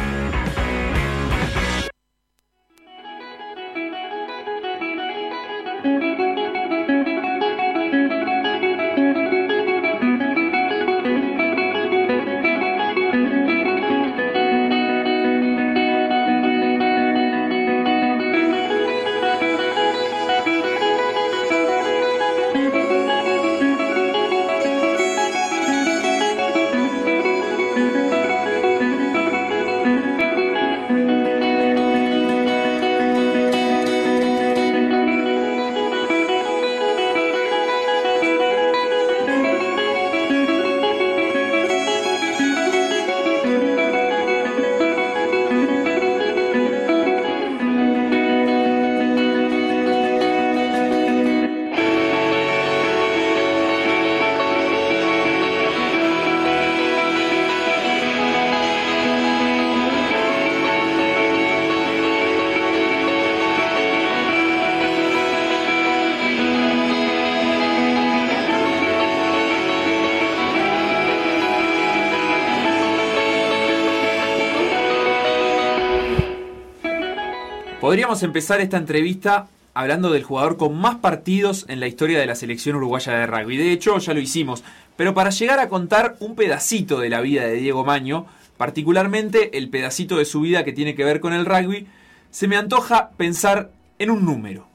S1: Podríamos empezar esta entrevista hablando del jugador con más partidos en la historia de la selección uruguaya de rugby. De hecho, ya lo hicimos. Pero para llegar a contar un pedacito de la vida de Diego Maño, particularmente el pedacito de su vida que tiene que ver con el rugby, se me antoja pensar en un número.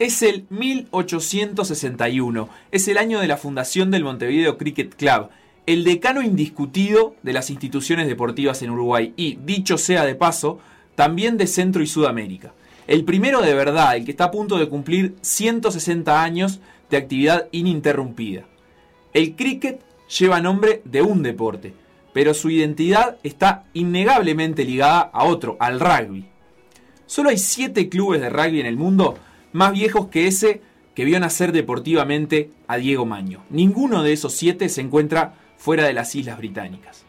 S1: Es el 1861, es el año de la fundación del Montevideo Cricket Club, el decano indiscutido de las instituciones deportivas en Uruguay y, dicho sea de paso, también de Centro y Sudamérica. El primero de verdad, el que está a punto de cumplir 160 años de actividad ininterrumpida. El cricket lleva nombre de un deporte, pero su identidad está innegablemente ligada a otro, al rugby. Solo hay 7 clubes de rugby en el mundo más viejos que ese que vio nacer deportivamente a Diego Maño. Ninguno de esos 7 se encuentra fuera de las Islas Británicas.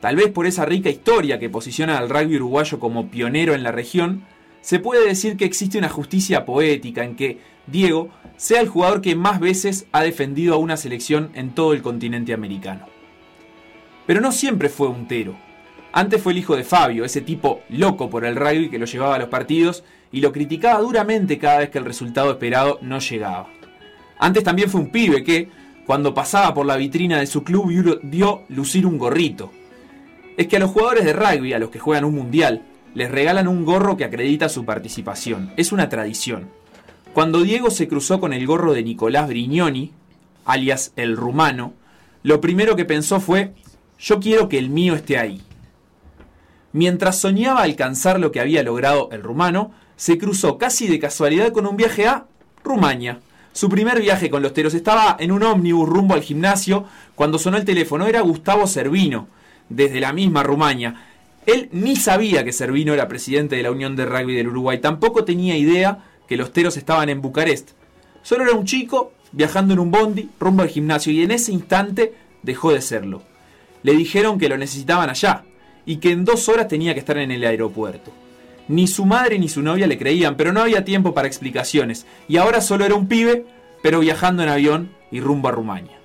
S1: Tal vez por esa rica historia que posiciona al rugby uruguayo como pionero en la región, se puede decir que existe una justicia poética en que Diego sea el jugador que más veces ha defendido a una selección en todo el continente americano. Pero no siempre fue untero. Antes fue el hijo de Fabio, ese tipo loco por el rugby que lo llevaba a los partidos y lo criticaba duramente cada vez que el resultado esperado no llegaba. Antes también fue un pibe que, cuando pasaba por la vitrina de su club, vio- vio lucir un gorrito, es que a los jugadores de rugby, a los que juegan un mundial, les regalan un gorro que acredita su participación. Es una tradición. Cuando Diego se cruzó con el gorro de Nicolás Brignoni, alias el rumano, lo primero que pensó fue, yo quiero que el mío esté ahí. Mientras soñaba alcanzar lo que había logrado el rumano, se cruzó casi de casualidad con un viaje a Rumania. Su primer viaje con los teros estaba en un ómnibus rumbo al gimnasio cuando sonó el teléfono. Era Gustavo Servino, desde la misma Rumania. Él ni sabía que Servino era presidente de la Unión de Rugby del Uruguay. Tampoco tenía idea que los teros estaban en Bucarest. Solo era un chico viajando en un bondi rumbo al gimnasio y en ese instante dejó de serlo. Le dijeron que lo necesitaban allá y que en dos horas tenía que estar en el aeropuerto. Ni su madre ni su novia le creían, pero no había tiempo para explicaciones y ahora solo era un pibe, pero viajando en avión y rumbo a Rumania.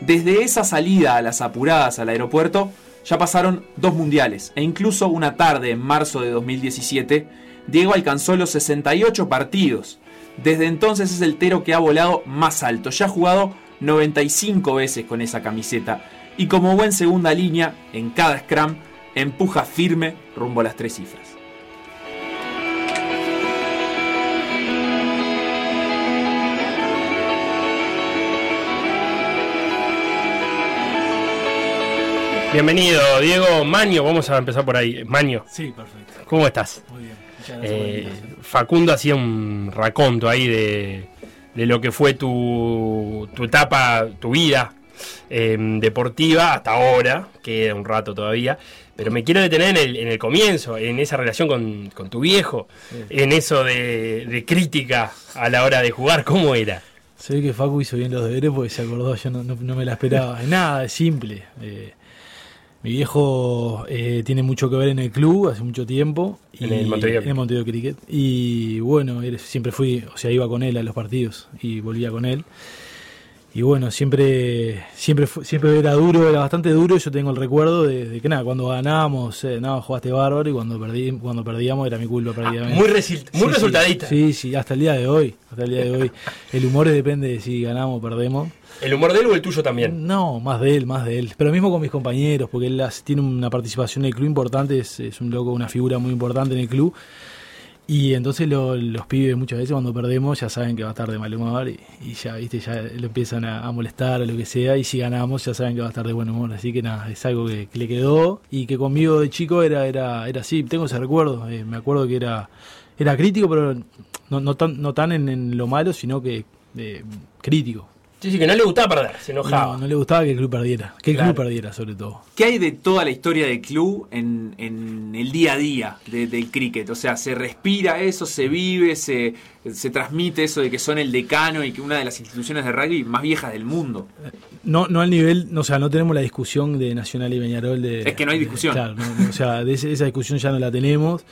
S1: Desde esa salida a las apuradas al aeropuerto, ya pasaron dos mundiales e incluso una tarde en marzo de 2017, Diego alcanzó los 68 partidos. Desde entonces es el tero que ha volado más alto, ya ha jugado 95 veces con esa camiseta y como buen segunda línea, en cada scrum, empuja firme rumbo a las tres cifras.
S3: Bienvenido, Diego Maño. Vamos a empezar por ahí. Maño,
S7: Sí, perfecto.
S3: ¿cómo estás?
S7: Muy bien. Muchas gracias por la
S3: Eh,
S7: invitación.
S3: Facundo hacía un raconto ahí de, de lo que fue tu, tu etapa, tu vida eh, deportiva hasta ahora, queda un rato todavía, pero me quiero detener en el, en el comienzo, en esa relación con, con tu viejo, en eso de, de crítica a la hora de jugar, ¿cómo era?
S7: Se ve que Facu hizo bien los deberes porque se acordó, yo no, no- no me la esperaba. Es Nada, es simple. Eh, mi viejo eh, tiene mucho que ver en el club hace mucho tiempo.
S3: En el Montevideo.
S7: En el Montevideo Cricket. Y bueno, él- siempre fui, o sea, iba con él a los partidos y volvía con él. Y bueno, siempre, siempre, fu- siempre era duro, era bastante duro. Yo tengo el recuerdo de, de que nada, cuando ganábamos, eh, nada, jugaste bárbaro y cuando, perdí, cuando perdíamos era mi culpa prácticamente.
S3: Ah, Muy, resil- muy
S7: Sí,
S3: resultadista.
S7: Sí, sí, hasta el día de hoy. Hasta el día de hoy. El humor depende de si ganamos o perdemos.
S3: ¿El humor de él o el tuyo también?
S7: No, más de él, más de él. Pero mismo con mis compañeros, porque él hace- tiene una participación en el club importante, es, es un loco, una figura muy importante en el club. Y entonces lo- los pibes muchas veces cuando perdemos ya saben que va a estar de mal humor y, y ya, viste, ya lo empiezan a, a molestar o lo que sea. Y si ganamos ya saben que va a estar de buen humor. Así que nada, es algo que, que le quedó y que conmigo de chico era, era, era así. Tengo ese recuerdo. eh, me acuerdo que era, era crítico, pero no, no tan, no tan en, en lo malo, sino que eh, crítico.
S3: Sí, sí, que no le gustaba perder, se enojaba.
S7: No, no le gustaba que el club perdiera. Que el
S3: Claro.
S7: club perdiera, sobre todo.
S1: ¿Qué hay de toda la historia del club en, en el día a día de- del cricket? O sea, ¿se respira eso, se vive, se, se transmite eso de que son el decano y que una de las instituciones de rugby más viejas del mundo?
S7: No, no al nivel, no, o sea, no tenemos la discusión de Nacional y Peñarol. De,
S1: Es que no hay
S7: de-
S1: discusión.
S7: claro, no, no, o sea, de ese- esa discusión ya no la tenemos.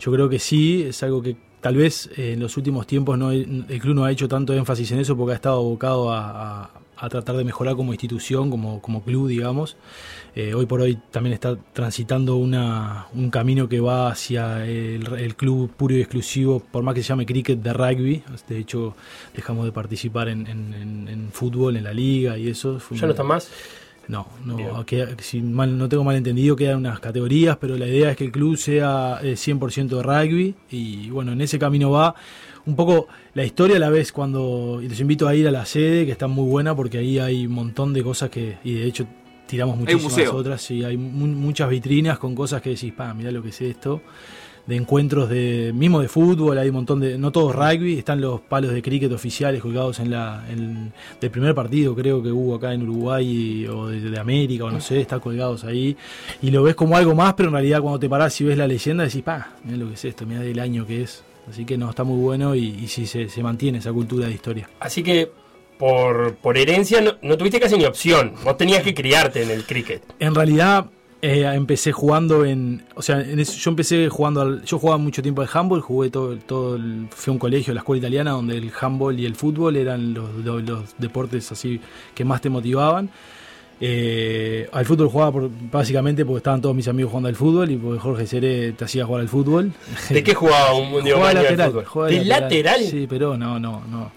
S7: Yo creo que sí, es algo que tal vez eh, en los últimos tiempos no, hay- el club no ha hecho tanto énfasis en eso porque ha estado abocado a, a- a tratar de mejorar como institución, como, como club, digamos. Eh, hoy por hoy también está transitando una, un camino que va hacia el, el club puro y exclusivo, por más que se llame cricket de rugby. De hecho, dejamos de participar en, en- en- en fútbol, en la liga y eso. Fue
S3: ¿Ya
S7: un-
S3: no está más?
S7: no,
S3: Bien.
S7: no, queda- si mal, no tengo mal entendido, quedan unas categorías, pero la idea es que el club sea eh, 100% rugby y bueno, en ese camino va un poco la historia a la vez cuando, y los invito a ir a la sede, que está muy buena porque ahí hay un montón de cosas que, y de hecho tiramos muchísimas
S1: museo.
S7: otras, y hay mu- muchas vitrinas con cosas que decís, pa, mirá lo que es esto de encuentros de mismo de fútbol, hay un montón de, no todos rugby, están los palos de cricket oficiales colgados en la en- del primer partido creo que hubo acá en Uruguay o de, de América o no sé, están colgados ahí y lo ves como algo más, pero en realidad cuando te parás y ves la leyenda decís, pa, mirá lo que es esto, mirá del año que es. Así que no, está muy bueno y, y sí se, se mantiene esa cultura de historia.
S3: Así que por, por herencia no, no tuviste casi ni opción. Vos tenías que criarte en el cricket.
S7: En realidad eh, empecé jugando en, o sea, en eso- yo empecé jugando, al- yo jugaba mucho tiempo al handball, jugué todo, todo, el- fui a un colegio, la escuela italiana, donde el handball y el fútbol eran los, los- los deportes así que más te motivaban. Eh, al fútbol jugaba por- básicamente porque estaban todos mis amigos jugando al fútbol y porque Jorge Seré te hacía jugar al fútbol.
S3: ¿De qué jugaba un mundial
S7: Jugaba lateral, jugaba
S3: ¿De lateral?
S7: Sí, pero no, no, no.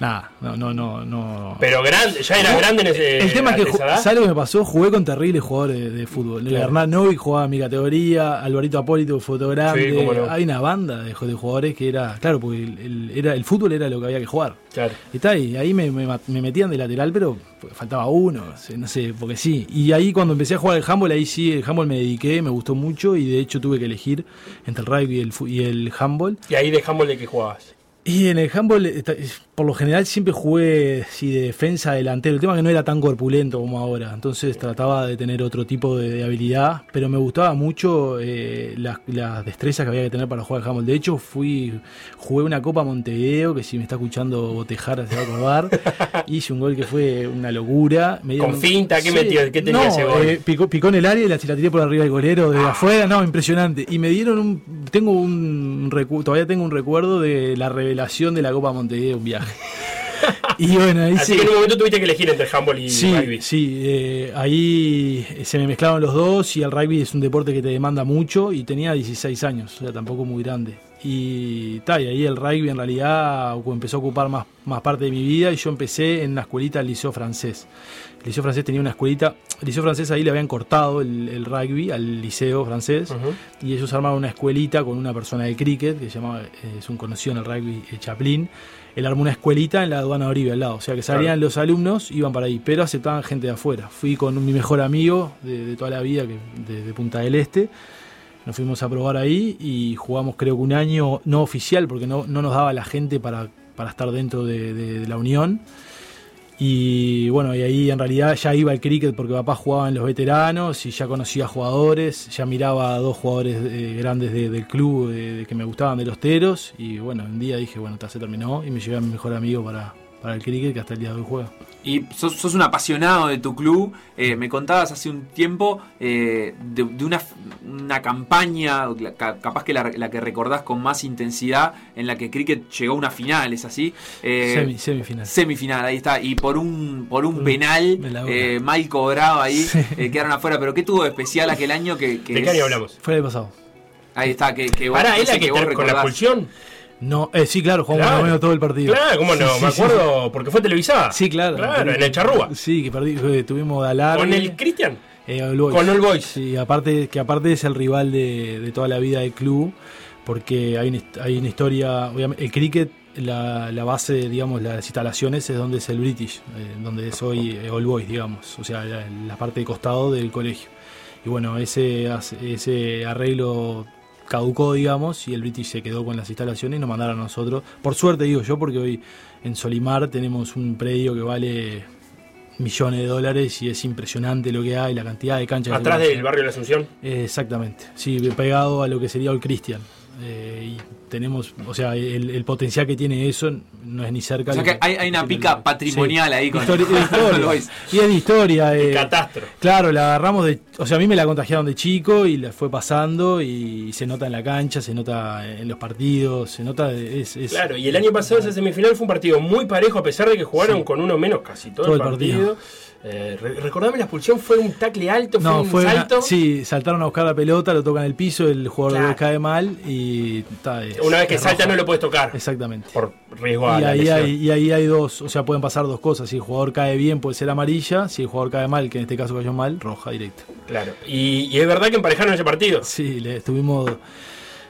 S7: Nada, no, no, no, no.
S3: Pero grande, ya era grande en ese
S7: El tema es que,
S3: a esa
S7: ju-
S3: edad.
S7: ¿sabes lo que me pasó? Jugué con terribles jugadores de, de fútbol.
S3: Claro.
S7: Hernán Novi jugaba en mi categoría, Alvarito Apólito, fotogrande.
S3: Sí, cómo no.
S7: Hay una banda de, jo- de jugadores que era, claro, porque el, el- era, el fútbol era lo que había que jugar.
S3: Claro.
S7: Y está ahí, ahí me, me ma- me metían de lateral, pero faltaba uno, no sé, no sé, porque sí. Y ahí cuando empecé a jugar el handball, ahí sí, el handball me dediqué, me gustó mucho y de hecho tuve que elegir entre el rugby y el, fu- y el handball.
S3: Y ahí dejamos de que jugabas.
S7: Y en el handball, eh, ta- por lo general, siempre jugué sí, de defensa delantero. El tema es que no era tan corpulento como ahora. Entonces trataba de tener otro tipo de, de habilidad. Pero me gustaba mucho eh, las, las destrezas que había que tener para jugar al handball. De hecho, fui jugué una Copa Montevideo, que si me está escuchando Botejara se va a acordar. Hice un gol que fue una locura. Me
S3: ¿Con finta? ¿Qué metió? ¿Qué tenía
S7: no,
S3: ese gol?
S7: eh, picó, picó en el área y la, se la tiré por arriba del golero
S3: Ah.
S7: de afuera, no, impresionante. Y me dieron un, tengo un recu- todavía tengo un recuerdo de la revelación de la Copa Montevideo, un viaje. y bueno, ahí
S3: Así
S7: sí.
S3: que en un momento tuviste que elegir entre handball y
S7: Sí,
S3: rugby.
S7: sí, eh, ahí eh, se me mezclaron los dos y el rugby es un deporte que te demanda mucho y tenía 16 años, o sea, tampoco muy grande. Y, ta, y ahí el rugby en realidad ocu- empezó a ocupar más, más parte de mi vida y yo empecé en la escuelita del Liceo Francés. El Liceo Francés tenía una escuelita, el Liceo Francés ahí le habían cortado el, el rugby al Liceo Francés
S3: Ujú.
S7: y ellos armaron una escuelita con una persona de cricket que se llamaba, eh, es un conocido en el rugby, eh, Chaplin. Él armó una escuelita en la aduana Oribe. Bolivia al lado. O sea que salían los alumnos, iban para ahí, pero aceptaban gente de afuera. Fui con un- mi mejor amigo de, de toda la vida, que, de, de Punta del Este. Nos fuimos a probar ahí y jugamos creo que un año no oficial, porque no, no nos daba la gente para, para estar dentro de, de- de la Unión. Y bueno, y ahí en realidad ya iba al cricket porque papá jugaba en los veteranos y ya conocía jugadores, ya miraba a dos jugadores eh, grandes de- del club eh, de que me gustaban de los teros. Y bueno, un día dije, bueno, ta, se terminó y me llevé a mi mejor amigo para, para el cricket que hasta el día de hoy juega.
S1: Y sos, sos un apasionado de tu club. Eh, me contabas hace un tiempo eh, de, de una, f- una campaña, la- ca- capaz que la, la que recordás con más intensidad, en la que Cricket llegó a una final, ¿es así? Eh,
S7: Semi- semifinal.
S1: Semifinal, ahí está. Y por un, por un
S7: Por un-
S1: penal
S7: Mm, de la hora.
S1: eh, mal cobrado ahí,
S7: Sí.
S1: eh, quedaron afuera. Pero ¿qué tuvo de especial aquel año que... que
S3: ¿De qué
S1: es-
S3: año hablamos?
S7: Fue el pasado.
S1: Ahí está, que, que vos-
S3: Pará, ¿es
S1: ese
S3: la que,
S1: vos
S3: ter- con la
S1: recordás.
S3: expulsión?
S7: No, eh, sí, claro, jugamos
S3: Claro.
S7: más o menos todo el partido.
S3: Claro, cómo no,
S7: Sí, sí,
S3: me
S7: sí.
S3: acuerdo, porque fue televisada.
S7: Sí, claro.
S3: Claro, en el Charrúa.
S7: Sí, que perdí, eh, tuvimos de alargue.
S3: Con el Cristian.
S7: Eh, All Boys.
S3: Con All Boys.
S7: Sí, aparte, que aparte es el rival de, de toda la vida del club, porque hay una, hist- hay una historia, obviamente, el cricket, la, la base, digamos, las instalaciones es donde es el British, eh, donde es hoy eh, All Boys, digamos, o sea, la, la parte de costado del colegio. Y bueno, ese, as- ese arreglo caducó, digamos, y el British se quedó con las instalaciones y nos mandaron a nosotros. Por suerte, digo yo, porque hoy en Solimar tenemos un predio que vale millones de dólares y es impresionante lo que hay, la cantidad de canchas. que
S3: Atrás
S7: tenemos.
S3: del barrio de la Asunción.
S7: Eh, Exactamente, sí, pegado a lo que sería el Christian. Eh, y tenemos, o sea, el, el potencial que tiene eso no es ni cerca.
S1: O sea
S7: de-
S1: que hay- hay una pica
S7: Sí.
S1: patrimonial ahí con-
S7: Histori- de historia.
S1: con Lois.
S7: y es de historia. eh.
S3: Catastro.
S7: Claro, la agarramos de. O sea, a mí me la contagiaron de chico y la fue pasando y se nota en la cancha, se nota en los partidos, se nota. Es, es-
S3: Claro, y el año pasado esa semifinal fue un partido muy parejo, a pesar de que jugaron con uno menos casi todo, el partido. Eh, re- recordame, la expulsión fue un tacle alto, fue
S7: No,
S3: un
S7: fue. una-
S3: salto.
S7: sí, saltaron a buscar la pelota, lo tocan en el piso, el jugador
S3: Claro.
S7: le cae mal y. ta, es-
S3: Una vez que
S7: es
S3: salta
S7: roja.
S3: no lo puedes tocar.
S7: Exactamente.
S3: Por riesgo a
S7: Y
S3: la
S7: ahí,
S3: lesión.
S7: hay, y ahí hay dos, o sea, pueden pasar dos cosas. Si el jugador cae bien, puede ser amarilla. Si el jugador cae mal, que en este caso cayó mal, roja directa.
S3: Claro. Y, y es verdad que emparejaron ese partido.
S7: Sí, le estuvimos.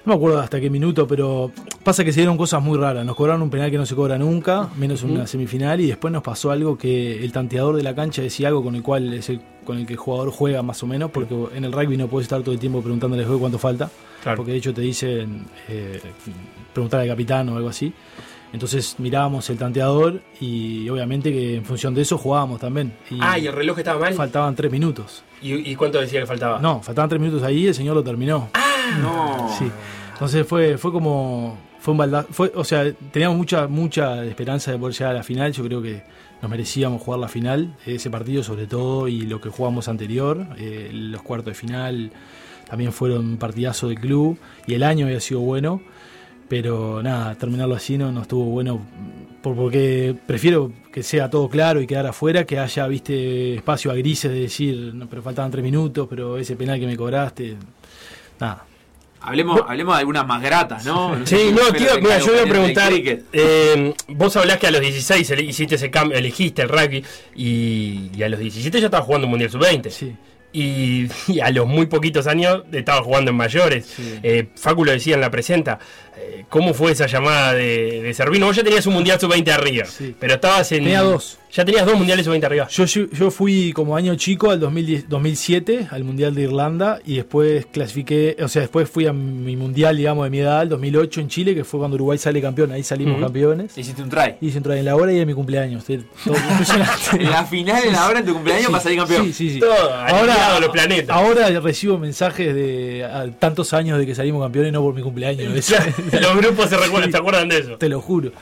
S7: No me acuerdo hasta qué minuto, pero pasa que se dieron cosas muy raras. Nos cobraron un penal que no se cobra nunca, menos una semifinal, y después nos pasó algo que el tanteador de la cancha decía algo con el cual es el, con el que el jugador juega más o menos, porque en el rugby no puedes estar todo el tiempo preguntándole al juego cuánto falta,
S3: Claro.
S7: porque de hecho te dicen eh, preguntar al capitán o algo así. Entonces mirábamos el tanteador y obviamente que en función de eso jugábamos también. Y
S3: Ah, y el reloj estaba mal.
S7: faltaban tres minutos.
S3: ¿Y, y cuánto decía que faltaba?
S7: No, faltaban tres minutos ahí y el señor lo terminó.
S1: No.
S7: Sí. Entonces fue, fue como. Fue un balda- fue, O sea, teníamos mucha, mucha esperanza de poder llegar a la final. Yo creo que nos merecíamos jugar la final. Ese partido, sobre todo, y lo que jugamos anterior. eh, los cuartos de final también fueron un partidazo del club. Y el año había sido bueno. Pero nada, terminarlo así no, no estuvo bueno. por- Porque prefiero que sea todo claro y quedar afuera, que haya, viste, espacio a grises de decir, no, pero faltaban tres minutos, pero ese penal que me cobraste. Nada.
S1: Hablemos, hablemos de algunas más gratas, ¿no?
S3: Sí, no, tío, mira, yo voy a
S1: Del
S3: preguntar.
S1: cricket.
S3: eh, vos hablás que a los 16 ele- hiciste ese cambio, elegiste el rugby y, y a los 17 ya estabas jugando un Mundial Sub-20.
S7: Sí.
S3: Y, y a los muy poquitos años estabas jugando en mayores. Eh, Facu lo decía en la presenta. eh, ¿Cómo fue esa llamada de, de Servino? Vos ya tenías un Mundial Sub-20 arriba,
S7: Sí.
S3: pero estabas en.
S7: Tenía dos.
S3: Ya tenías dos Mundiales Sub-20 arriba.
S7: Yo, yo yo fui como año chico al 2010 2007, al Mundial de Irlanda, y después clasifiqué, o sea, después fui a mi Mundial, digamos, de mi edad, al 2008 en Chile, que fue cuando Uruguay sale campeón, ahí salimos
S3: Ujú.
S7: campeones.
S1: Hiciste un try.
S7: Hice entrar en la hora y era mi cumpleaños. fue Todo impresionante.
S1: En la final, en la hora de tu cumpleaños,
S7: Sí,
S1: vas a salir campeón.
S7: Sí, sí, sí.
S3: Todo alineado los planetas.
S7: ahora recibo mensajes de a, tantos años de que salimos campeones, no por mi cumpleaños. es-
S3: los grupos se, recuerdan, se acuerdan de eso.
S7: Te lo juro.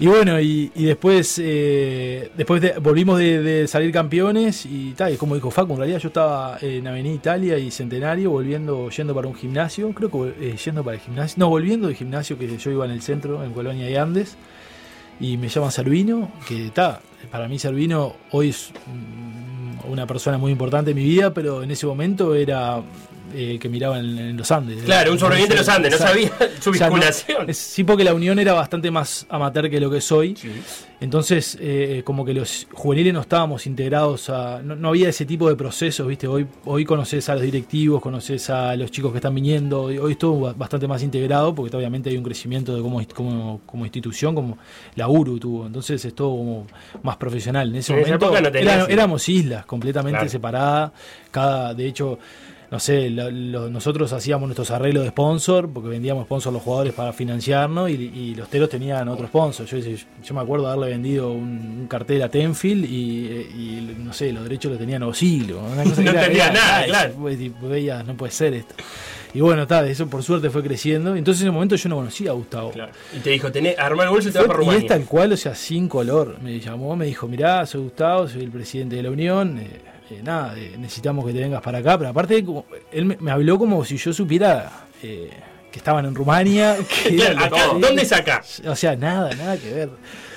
S7: Y bueno, y, y después eh, después de- volvimos de, de salir campeones y tal, y como dijo Facu, en realidad yo estaba en Avenida Italia y Centenario volviendo, yendo para un gimnasio, creo que eh, yendo para el gimnasio, no, volviendo del gimnasio que yo iba en el centro, en Colonia y Andes, y me llaman Salvino, que está, para mí Salvino hoy es mm, una persona muy importante en mi vida, pero en ese momento era eh, que miraban en, en los Andes.
S3: Claro, un sobreviviente de los Andes, no
S7: Exacto.
S3: sabía su
S7: O sea, no-
S3: vinculación.
S7: es- sí, porque la Unión era bastante más amateur que lo que soy. Entonces, eh, como que los juveniles no estábamos integrados a. No, no había ese tipo de procesos, ¿viste? Hoy, hoy conoces a los directivos, conoces a los chicos que están viniendo. Hoy, hoy es todo ba- bastante más integrado porque obviamente hay un crecimiento de como, inst- como, como institución, como la URU tuvo. Entonces, es todo como más profesional. En ese
S3: En esa
S7: momento
S3: época no tenías-
S7: era- éramos islas completamente
S3: Claro.
S7: separadas. Cada, de hecho no sé, lo- lo- nosotros hacíamos nuestros arreglos de sponsor, porque vendíamos sponsor a los jugadores para financiarnos y, y los teros tenían otro sponsor. Yo, yo- yo me acuerdo de haberle vendido un, un cartel a Tenfield y, eh, y, no sé, los derechos los tenían Osilo. una cosa que
S3: No tenía nada,
S7: ay,
S3: claro.
S7: vos decís, veías, no puede ser esto. Y bueno, está, eso por suerte fue creciendo. Entonces en un momento yo no conocía a Gustavo.
S3: Claro. Y te dijo, tenés, armá el bolso y te vas
S7: Fue-
S3: para
S7: y
S3: Rumania.
S7: es tal cual, o sea, sin color. Me llamó, me dijo, mirá, soy Gustavo, soy el presidente de la Unión. eh, eh, nada, eh, necesitamos que te vengas para acá. Pero aparte, como- él me, me habló como si yo supiera eh, que estaban en Rumania. Que
S3: Claro,
S7: era-
S3: acá,
S7: sí.
S3: ¿Dónde es acá?
S7: O sea, nada, nada que ver.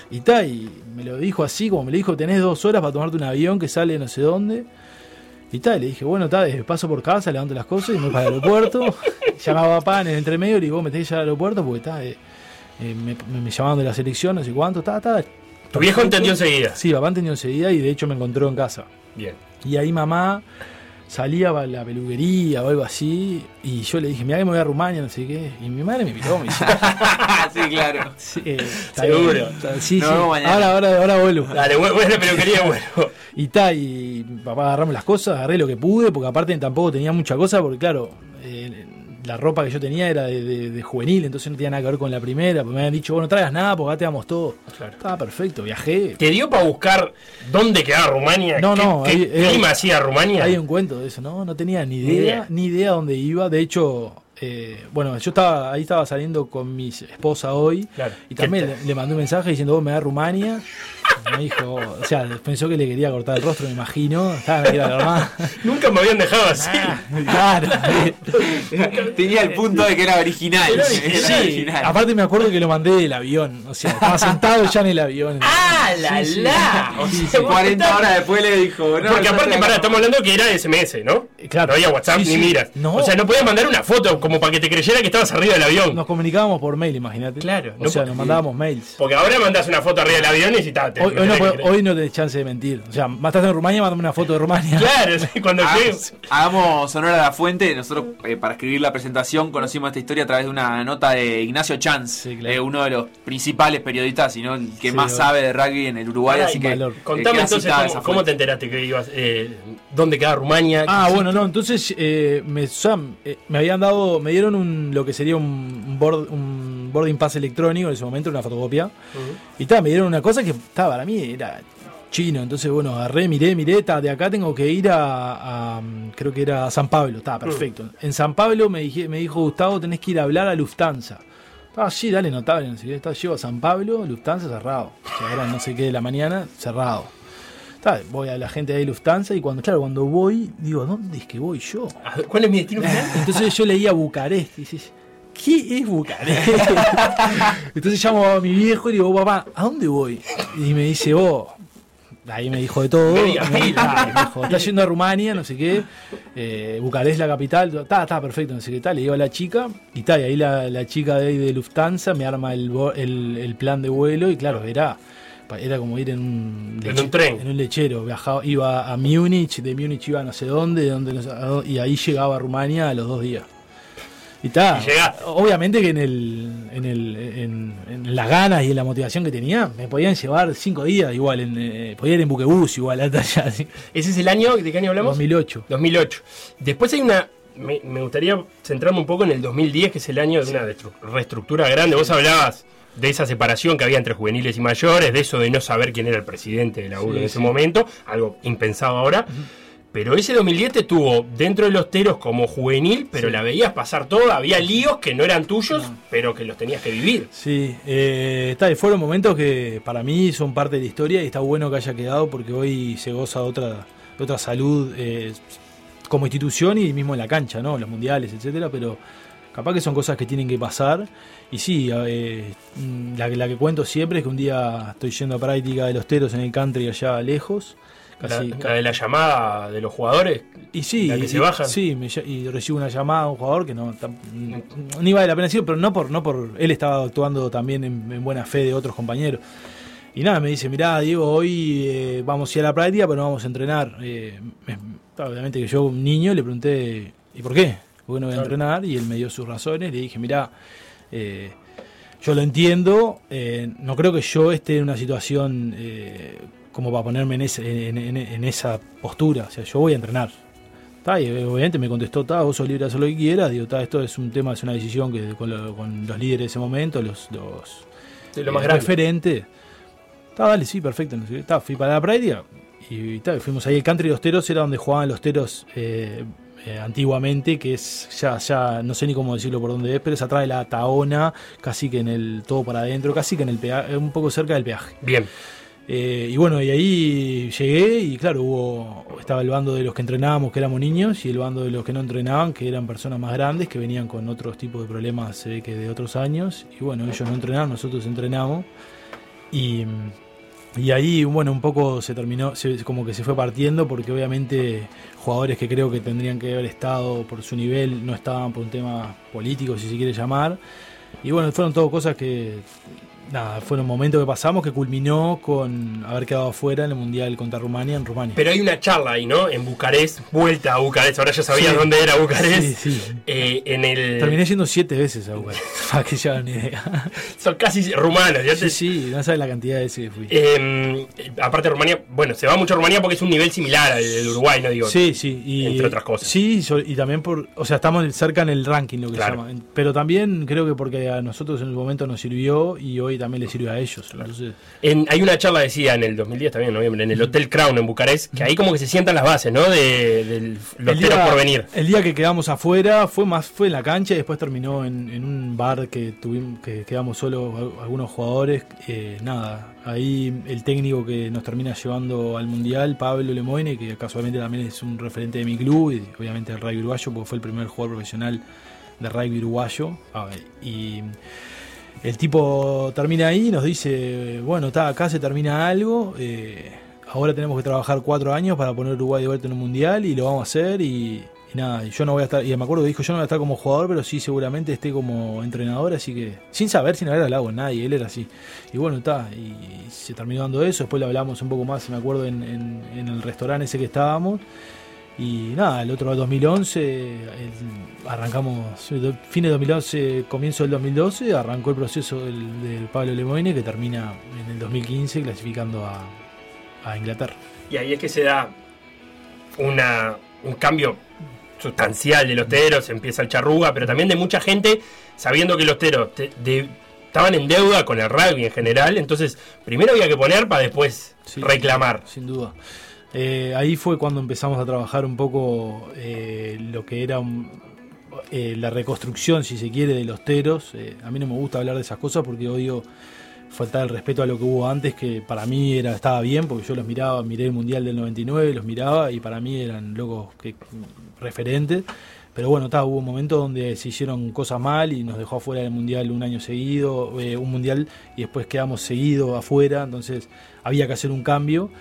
S7: Y tal, y me lo dijo así, como me lo dijo, tenés dos horas para tomarte un avión que sale no sé dónde. Y tal, le dije, bueno, tal, paso por casa, levanto las cosas y me voy para el aeropuerto. Llamaba a Pan en el entremedio y le digo, vos me tenés que llevar al aeropuerto porque está, eh, eh, me, me- me llamaban de la selección, no sé cuánto, está, está.
S3: Tu viejo entendió enseguida.
S7: Sí, papá entendió enseguida y de hecho me encontró en casa.
S3: Bien.
S7: Y ahí mamá salía a la peluquería o algo así y yo le dije, mira que me voy a Rumania, no sé qué. Y mi madre me miró, me dice,
S1: sí, claro.
S7: Sí, eh, está
S3: Seguro.
S7: bien, está- Sí,
S1: Nos
S7: sí.
S1: vemos mañana.
S7: Ahora, ahora, ahora vuelvo.
S3: Dale, bueno, pero quería bueno.
S7: Y ta, y papá agarramos las cosas, agarré lo que pude, porque aparte tampoco tenía mucha cosa, porque claro, eh, la ropa que yo tenía era de, de- de juvenil, entonces no tenía nada que ver con la primera, porque me habían dicho, vos no traigas nada, porque acá te damos todo.
S3: Claro.
S7: Estaba perfecto, viajé.
S3: ¿Te dio para buscar dónde quedaba Rumania?
S7: No,
S3: ¿Qué,
S7: no,
S3: qué
S7: ahí- ahí-
S3: clima hacía Rumania?
S7: Hay un cuento de eso, ¿no? No tenía ni
S3: Ni
S7: idea, ni
S3: idea.
S7: idea, dónde iba. De hecho, eh, bueno, yo estaba ahí estaba saliendo con mi esposa hoy
S3: Claro.
S7: y también
S3: ¿Qué
S7: le, le mandé un mensaje diciendo, vos me da Rumania. Me dijo, o sea, pensó que le quería cortar el rostro, me imagino. Estaba, me quería armar.
S3: Nunca me habían dejado así.
S7: Claro.
S1: Tenía el punto de que era original.
S3: Era
S1: Era
S3: original.
S7: Sí,
S1: original.
S7: aparte me acuerdo que lo mandé del avión, o sea, estaba sentado ya en el avión.
S3: ¡Ah, la,
S7: Sí, sí.
S3: la! O
S1: Sí, sí,
S3: sea, vos
S1: 40
S3: estás-
S1: horas después le dijo. No,
S3: Porque
S1: ya
S3: aparte,
S1: te-
S3: pará, estamos hablando que era de SMS, ¿no?
S7: Eh, Claro.
S3: No había WhatsApp
S7: Sí,
S3: ni
S7: sí.
S3: miras.
S7: No.
S3: O sea, no podías mandar una foto como para que te creyera que estabas arriba del avión.
S7: Nos comunicábamos por mail, imagínate.
S3: Claro,
S7: O
S3: no
S7: sea,
S3: po-
S7: nos mandábamos mails.
S3: Porque ahora mandás una foto arriba del avión y si está, te-
S7: Hoy,
S3: me
S7: hoy no,
S3: tenés que
S7: puedo-
S3: creer.
S7: hoy no tenés chance de mentir. O sea, más estás en Rumania, mándame una foto de Rumania.
S3: Claro, sí, cuando
S7: Ah,
S3: llegues.
S1: Hagamos, Ah, hagamos honor a la fuente. Nosotros, eh, para escribir la presentación, conocimos esta historia a través de una nota de Ignacio Chance,
S7: Sí, claro.
S1: eh, uno de los principales periodistas, sino el que
S7: Sí,
S1: más
S7: o-
S1: sabe de rugby en el Uruguay.
S7: Pará,
S1: así
S7: un
S1: que,
S7: valor.
S1: eh,
S3: Contame
S1: queda
S3: entonces
S1: citada
S3: cómo,
S1: esa
S3: cómo te
S1: fuente.
S3: enteraste que ibas, eh, dónde quedaba Rumania.
S7: Ah, bueno, no, entonces eh, me, Sam, eh, me habían dado, me dieron un, lo que sería un, un board- un boarding pass electrónico en ese momento, una fotocopia. Y ta, me dieron una cosa que ta, para mí era chino. Entonces, bueno, agarré, miré, miré, ta, de acá tengo que ir a, a, mm, creo que era a San Pablo, está, perfecto. En San Pablo me, dije, me dijo Gustavo, tenés que ir a hablar a Lufthansa. Ah, sí, dale, notable, no sé qué. Ta, llego a San Pablo, Lufthansa cerrado. O sea, era no sé qué de la mañana, cerrado. Ta, voy a la gente de Lufthansa y cuando, claro, cuando voy, digo, ¿dónde es que voy yo?
S3: A ver, ¿Cuál es mi
S7: Eh.
S3: destino final?
S7: Entonces yo leía Bucarest y dices, ¿qué es Bucarest? Entonces llamo a mi viejo y le digo, papá, ¿a dónde voy? Y me dice, vos. Ahí me dijo de todo.
S3: Media
S7: Me dijo,
S3: pila.
S7: "Ah", me dijo, estás yendo a Rumania, no sé qué. eh, Bucarest la capital. Está, está, perfecto, no sé qué tal. Le digo a la chica. Y tal, y ahí la, la chica de, ahí de Lufthansa me arma el, vo- el- el plan de vuelo. Y claro, era, era como ir en un,
S3: En
S7: leche-
S3: un tren.
S7: En un lechero. Viajaba, iba a Múnich, de Múnich iba a no sé dónde, de dónde no sé a dónde, y ahí llegaba a Rumania a los dos días. Y ta,
S3: Y llegaste.
S7: obviamente que en, el, en, el, en, en las ganas y en la motivación que tenía, me podían llevar cinco días igual, en, eh, podía ir en buquebús igual hasta allá, así.
S3: Ese es el año, ¿de qué año hablamos?
S7: 2008.
S3: 2008. Después hay una. Me, me gustaría centrarme un poco en el 2010, que es el año de una destru- reestructura grande. Vos hablabas de esa separación que había entre juveniles y mayores, de eso de no saber quién era el presidente de la URU en ese momento, algo impensado ahora. Pero ese 2010 te tuvo dentro de los teros como juvenil, pero la veías pasar todo. Había líos que no eran tuyos, pero que los tenías que vivir.
S7: Sí, eh, tal, fueron momentos que para mí son parte de la historia y está bueno que haya quedado porque hoy se goza de otra, de otra salud eh, como institución y mismo en la cancha, ¿no? Los mundiales, etcétera, pero capaz que son cosas que tienen que pasar. Y sí, eh, mm, la, que- la que cuento siempre es que un día estoy yendo a práctica de los teros en el country allá lejos,
S3: La,
S7: Casi-
S3: la de la llamada de los jugadores.
S7: Y sí,
S3: ¿La que
S7: y-
S3: se baja?
S7: Sí, me ll- y recibo una llamada de un jugador que no tam- mm, ni vale la pena decirlo, pero no por, no por. Él estaba actuando también en, en buena fe de otros compañeros. Y nada, me dice, mirá, Diego, hoy eh, vamos a ir a la práctica, pero no vamos a entrenar. Eh, me- obviamente que yo, un niño, le pregunté, ¿y por qué? ¿Por qué no voy
S3: Claro.
S7: a entrenar? Y él me dio sus razones. Le dije, mirá, eh, yo lo entiendo, eh, no creo que yo esté en una situación eh, como para ponerme en, ese- en- en- en esa postura. O sea, yo voy a entrenar. Ta, y obviamente me contestó, ta, vos sos libre de hacer lo que quieras. Digo, ta, esto es un tema, es una decisión que con, lo- con los líderes de ese momento, los, los
S3: De lo
S7: eh,
S3: más grande.
S7: referentes. Ta, dale, sí, perfecto. no sé qué. Ta, fui para la práctica y, ta, fuimos ahí. El country de los teros era donde jugaban los teros eh, eh, antiguamente, que es ya, ya, no sé ni cómo decirlo por dónde es, pero es atrás de la Taona, casi que en el todo para adentro, casi que en el peaje, un poco cerca del peaje.
S3: Bien.
S7: Eh, y bueno, y ahí llegué y claro, hubo estaba el bando de los que entrenábamos, que éramos niños, y el bando de los que no entrenaban, que eran personas más grandes, que venían con otros tipos de problemas se ve que de otros años. Y bueno, ellos no entrenaron, nosotros entrenamos. Y, y ahí, bueno, un poco se terminó, se- como que se fue partiendo, porque obviamente jugadores que creo que tendrían que haber estado por su nivel no estaban por un tema político, si se quiere llamar. Y bueno, fueron todo cosas que Nada, fueron momentos que pasamos que culminó con haber quedado afuera en el Mundial contra Rumania en Rumania.
S3: Pero hay una charla ahí, ¿no? En Bucarest, vuelta a Bucarest. Ahora ya sabías
S7: Sí.
S3: dónde era Bucarest.
S7: Sí, sí.
S3: Eh, en el.
S7: Terminé yendo siete veces a Uruguay, para que ya hagan idea.
S3: Son casi rumanos. Ya
S7: Sí,
S3: te-
S7: sí, no sabes la cantidad de veces que fui.
S3: Eh, aparte, Rumania. Bueno, se va mucho a Rumanía porque es un nivel similar al del Uruguay, ¿no? Digo,
S7: Sí, sí. Y,
S3: entre otras cosas.
S7: Sí, so- y también por. O sea, estamos cerca en el ranking, lo que
S3: Claro.
S7: se llama. Pero también creo que porque a nosotros en el momento nos sirvió y hoy también les sirve a ellos. Entonces,
S3: En- hay una charla, decía, en el 2010 también, en noviembre, en el Hotel Crown en Bucarest, que ahí como que se sientan las bases, ¿no? De, del los
S7: el día-
S3: teros por venir.
S7: El día que quedamos afuera fue más fue en la cancha y después terminó en, en un bar que tuvimos que quedamos solos al- algunos jugadores. Eh, nada, ahí el técnico que nos termina llevando al mundial, Pablo Lemoine, que casualmente también es un referente de mi club y obviamente del rugby uruguayo, porque fue el primer jugador profesional de rugby uruguayo. Ah, y el tipo termina ahí y nos dice, bueno, está acá, se termina algo, eh, ahora tenemos que trabajar cuatro años para poner a Uruguay de vuelta en un mundial y lo vamos a hacer y, y nada, y yo no voy a estar, y me acuerdo que dijo, yo no voy a estar como jugador, pero sí seguramente esté como entrenador, así que sin saber, sin haber hablado con nadie, él era así. Y bueno, está, y se terminó dando eso, después lo hablamos un poco más, me acuerdo, en, en- en el restaurante ese que estábamos. Y nada, el otro 2011, el- arrancamos, do- fin de 2011, comienzo del 2012, arrancó el proceso del, del Pablo Lemoine que termina en el 2015 clasificando a, a Inglaterra.
S3: Y ahí es que se da una, un cambio sustancial de los teros, empieza el charruga, pero también de mucha gente sabiendo que los teros te- de- estaban en deuda con el rugby en general, entonces primero había que poner para después
S7: Sí.
S3: reclamar.
S7: Sin duda. Eh, ahí fue cuando empezamos a trabajar un poco eh, lo que era un- eh, la reconstrucción, si se quiere, de los teros. Eh, a mí no me gusta hablar de esas cosas porque odio faltar el respeto a lo que hubo antes, que para mí era estaba bien, porque yo los miraba, miré el Mundial del 99, los miraba y para mí eran locos que, referentes. Pero bueno, ta, hubo un momento donde se hicieron cosas mal y nos dejó afuera del mundial un año seguido, eh, un mundial y después quedamos seguido afuera, entonces había que hacer un cambio.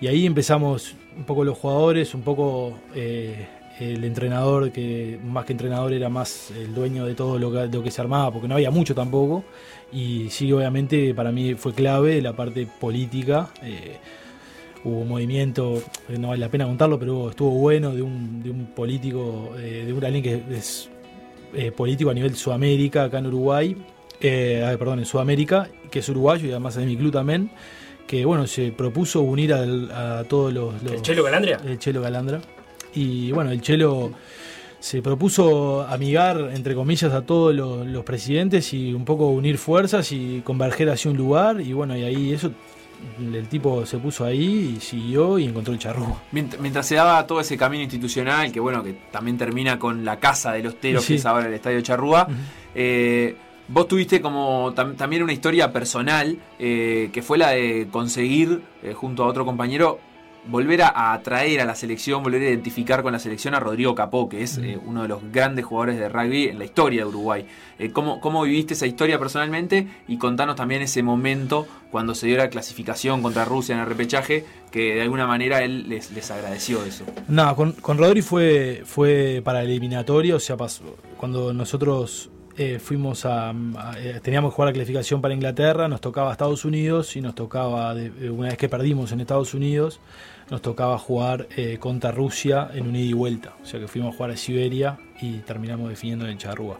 S7: Y ahí empezamos un poco los jugadores, un poco eh, el entrenador, que más que entrenador era más el dueño de todo lo que, lo que se armaba, porque no había mucho tampoco. Y sí, obviamente para mí fue clave la parte política. eh, hubo un movimiento, eh, no vale la pena contarlo, pero hubo- estuvo bueno de un, de un político, eh, de un alguien que es eh, político a nivel Sudamérica, acá en Uruguay, eh, ah, perdón, en Sudamérica, que es uruguayo y además es de mi club también, que bueno, se propuso unir al- a todos los... los-
S3: ¿El Chelo Calandria?
S7: el Chelo Galandra. Y bueno, el Chelo se propuso amigar, entre comillas, a todos los, los presidentes y un poco unir fuerzas y converger hacia un lugar. Y bueno, y ahí eso, el tipo se puso ahí y siguió y encontró el charrúa.
S1: Mient- Mientras se daba todo ese camino institucional, que bueno, que también termina con la casa de los teros,
S7: Sí.
S1: que es ahora el Estadio Charrúa,
S7: Ujú.
S1: eh, vos tuviste como tam- también una historia personal, eh, que fue la de conseguir, eh, junto a otro compañero, volver a, a atraer a la selección, volver a identificar con la selección a Rodrigo Capó, que es eh, uno de los grandes jugadores de rugby en la historia de Uruguay. Eh, ¿cómo, ¿Cómo viviste esa historia personalmente? Y contanos también ese momento cuando se dio la clasificación contra Rusia en el repechaje, que de alguna manera él les, les agradeció eso.
S7: Nada, con, con Rodri fue, fue para eliminatoria, o sea, pasó, cuando nosotros eh, fuimos a, a- eh, teníamos que jugar la clasificación para Inglaterra, nos tocaba Estados Unidos y nos tocaba, de- eh, una vez que perdimos en Estados Unidos, nos tocaba jugar eh, contra Rusia en un ida y vuelta, o sea que fuimos a jugar a Siberia y terminamos definiendo en Charrúa.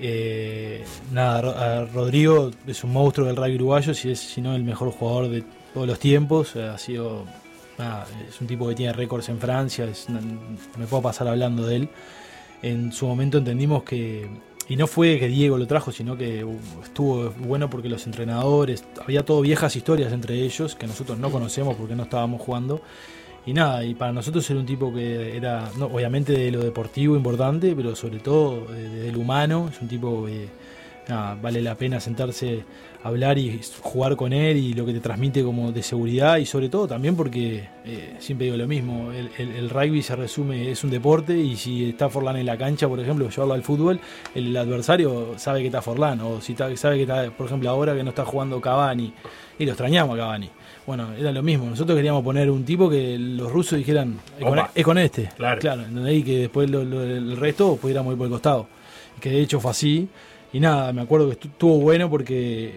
S7: Eh, nada, Ro- a Rodrigo es un monstruo del rugby uruguayo, si es si no el mejor jugador de todos los tiempos. eh, Ha sido, nada, es un tipo que tiene récords en Francia, es una- me puedo pasar hablando de él. En su momento entendimos que, y no fue que Diego lo trajo, sino que uh, estuvo bueno porque los entrenadores, había todo viejas historias entre ellos que nosotros no conocemos porque no estábamos jugando. Y nada, y para nosotros era un tipo que era, no, obviamente de lo deportivo importante, pero sobre todo eh, del humano. Es un tipo que nada, vale la pena sentarse, a hablar y jugar con él y lo que te transmite como de seguridad y sobre todo también porque eh, siempre digo lo mismo, el, el- el rugby se resume, es un deporte y si está Forlán en la cancha, por ejemplo, llevarlo al fútbol, el adversario sabe que está Forlán o si está- sabe que está, por ejemplo, ahora que no está jugando Cavani y lo extrañamos a Cavani. Bueno, era lo mismo. Nosotros queríamos poner un tipo que los rusos dijeran, es con,
S3: Opa.
S7: es con este.
S3: Claro.
S7: ¿entendés? Y que después lo- lo- el resto pudiéramos ir por el costado. Y Que de hecho fue así. Y nada, me acuerdo que estu- estuvo bueno porque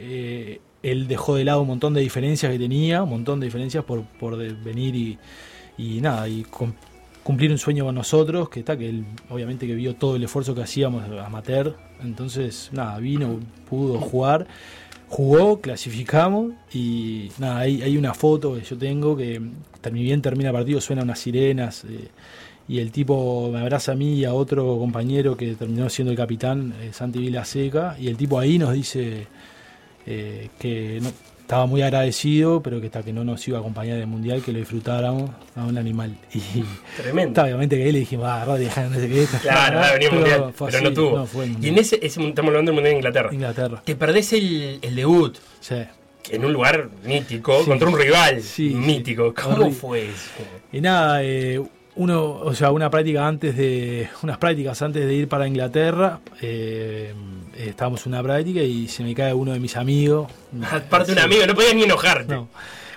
S7: eh, él dejó de lado un montón de diferencias que tenía, un montón de diferencias por, por de- venir y, y nada, y com- cumplir un sueño con nosotros, que está, que él obviamente que vio todo el esfuerzo que hacíamos amateur. Entonces, nada, vino, pudo jugar jugó, clasificamos y nada, hay, hay una foto que yo tengo que ter- ni bien termina el partido, suena unas sirenas eh, y el tipo me abraza a mí y a otro compañero que terminó siendo el capitán, eh, Santi Vilaseca, y el tipo ahí nos dice eh, que no- estaba muy agradecido, pero que hasta que no nos iba a acompañar en el Mundial, que lo disfrutáramos a un animal. Y
S3: Tremendo.
S7: está, obviamente que ahí le dijimos, ah, Rodri, dejá, no sé qué.
S3: Claro, ahora venía el mundial,
S7: fue
S3: pero
S7: así,
S3: no tuvo.
S7: fue el
S3: y en
S7: Mundial.
S3: ese, ese- estamos hablando del mundial de Inglaterra.
S7: Inglaterra.
S3: Te perdés el, el debut
S7: Sí.
S3: en un lugar mítico
S7: Sí.
S3: contra un rival
S7: Sí, sí.
S3: mítico. ¿Cómo
S7: Horrible.
S3: fue eso?
S7: Y nada, eh, uno, o sea, una práctica antes de. unas prácticas antes de ir para Inglaterra. eh, eh, estábamos en una práctica y se me cae uno de mis amigos.
S3: Aparte un amigo, no podías ni enojarte.
S7: No.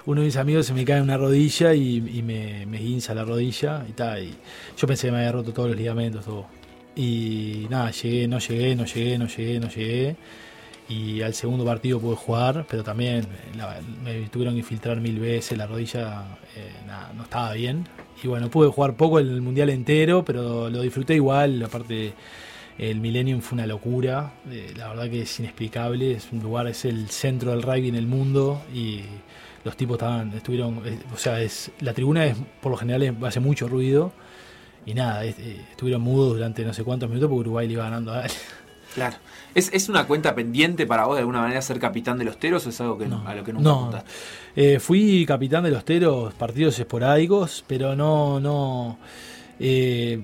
S7: Uno de mis amigos se me cae en una rodilla y, y me, me guinza la rodilla y tal. Y yo pensé que me había roto todos los ligamentos, todo. Y nada, llegué, no llegué, no llegué, no llegué, no llegué. Y al segundo partido pude jugar, pero también la- me tuvieron que infiltrar mil veces, la rodilla eh, nada, no estaba bien. Y bueno, pude jugar poco el mundial entero, pero lo disfruté igual. Aparte, el Millennium fue una locura, eh, la verdad que es inexplicable, es un lugar, es el centro del rugby en el mundo y los tipos estaban, estuvieron, eh, o sea, es, la tribuna es, por lo general es- hace mucho ruido y nada, es- eh, estuvieron mudos durante no sé cuántos minutos porque Uruguay le iba ganando a
S1: Claro. ¿Es, ¿Es una cuenta pendiente para vos de alguna manera ser capitán de los teros o es algo que, a lo que nunca
S7: No.
S1: apuntaste?
S7: Eh, fui capitán de los teros, partidos esporádicos, pero no, no. eh,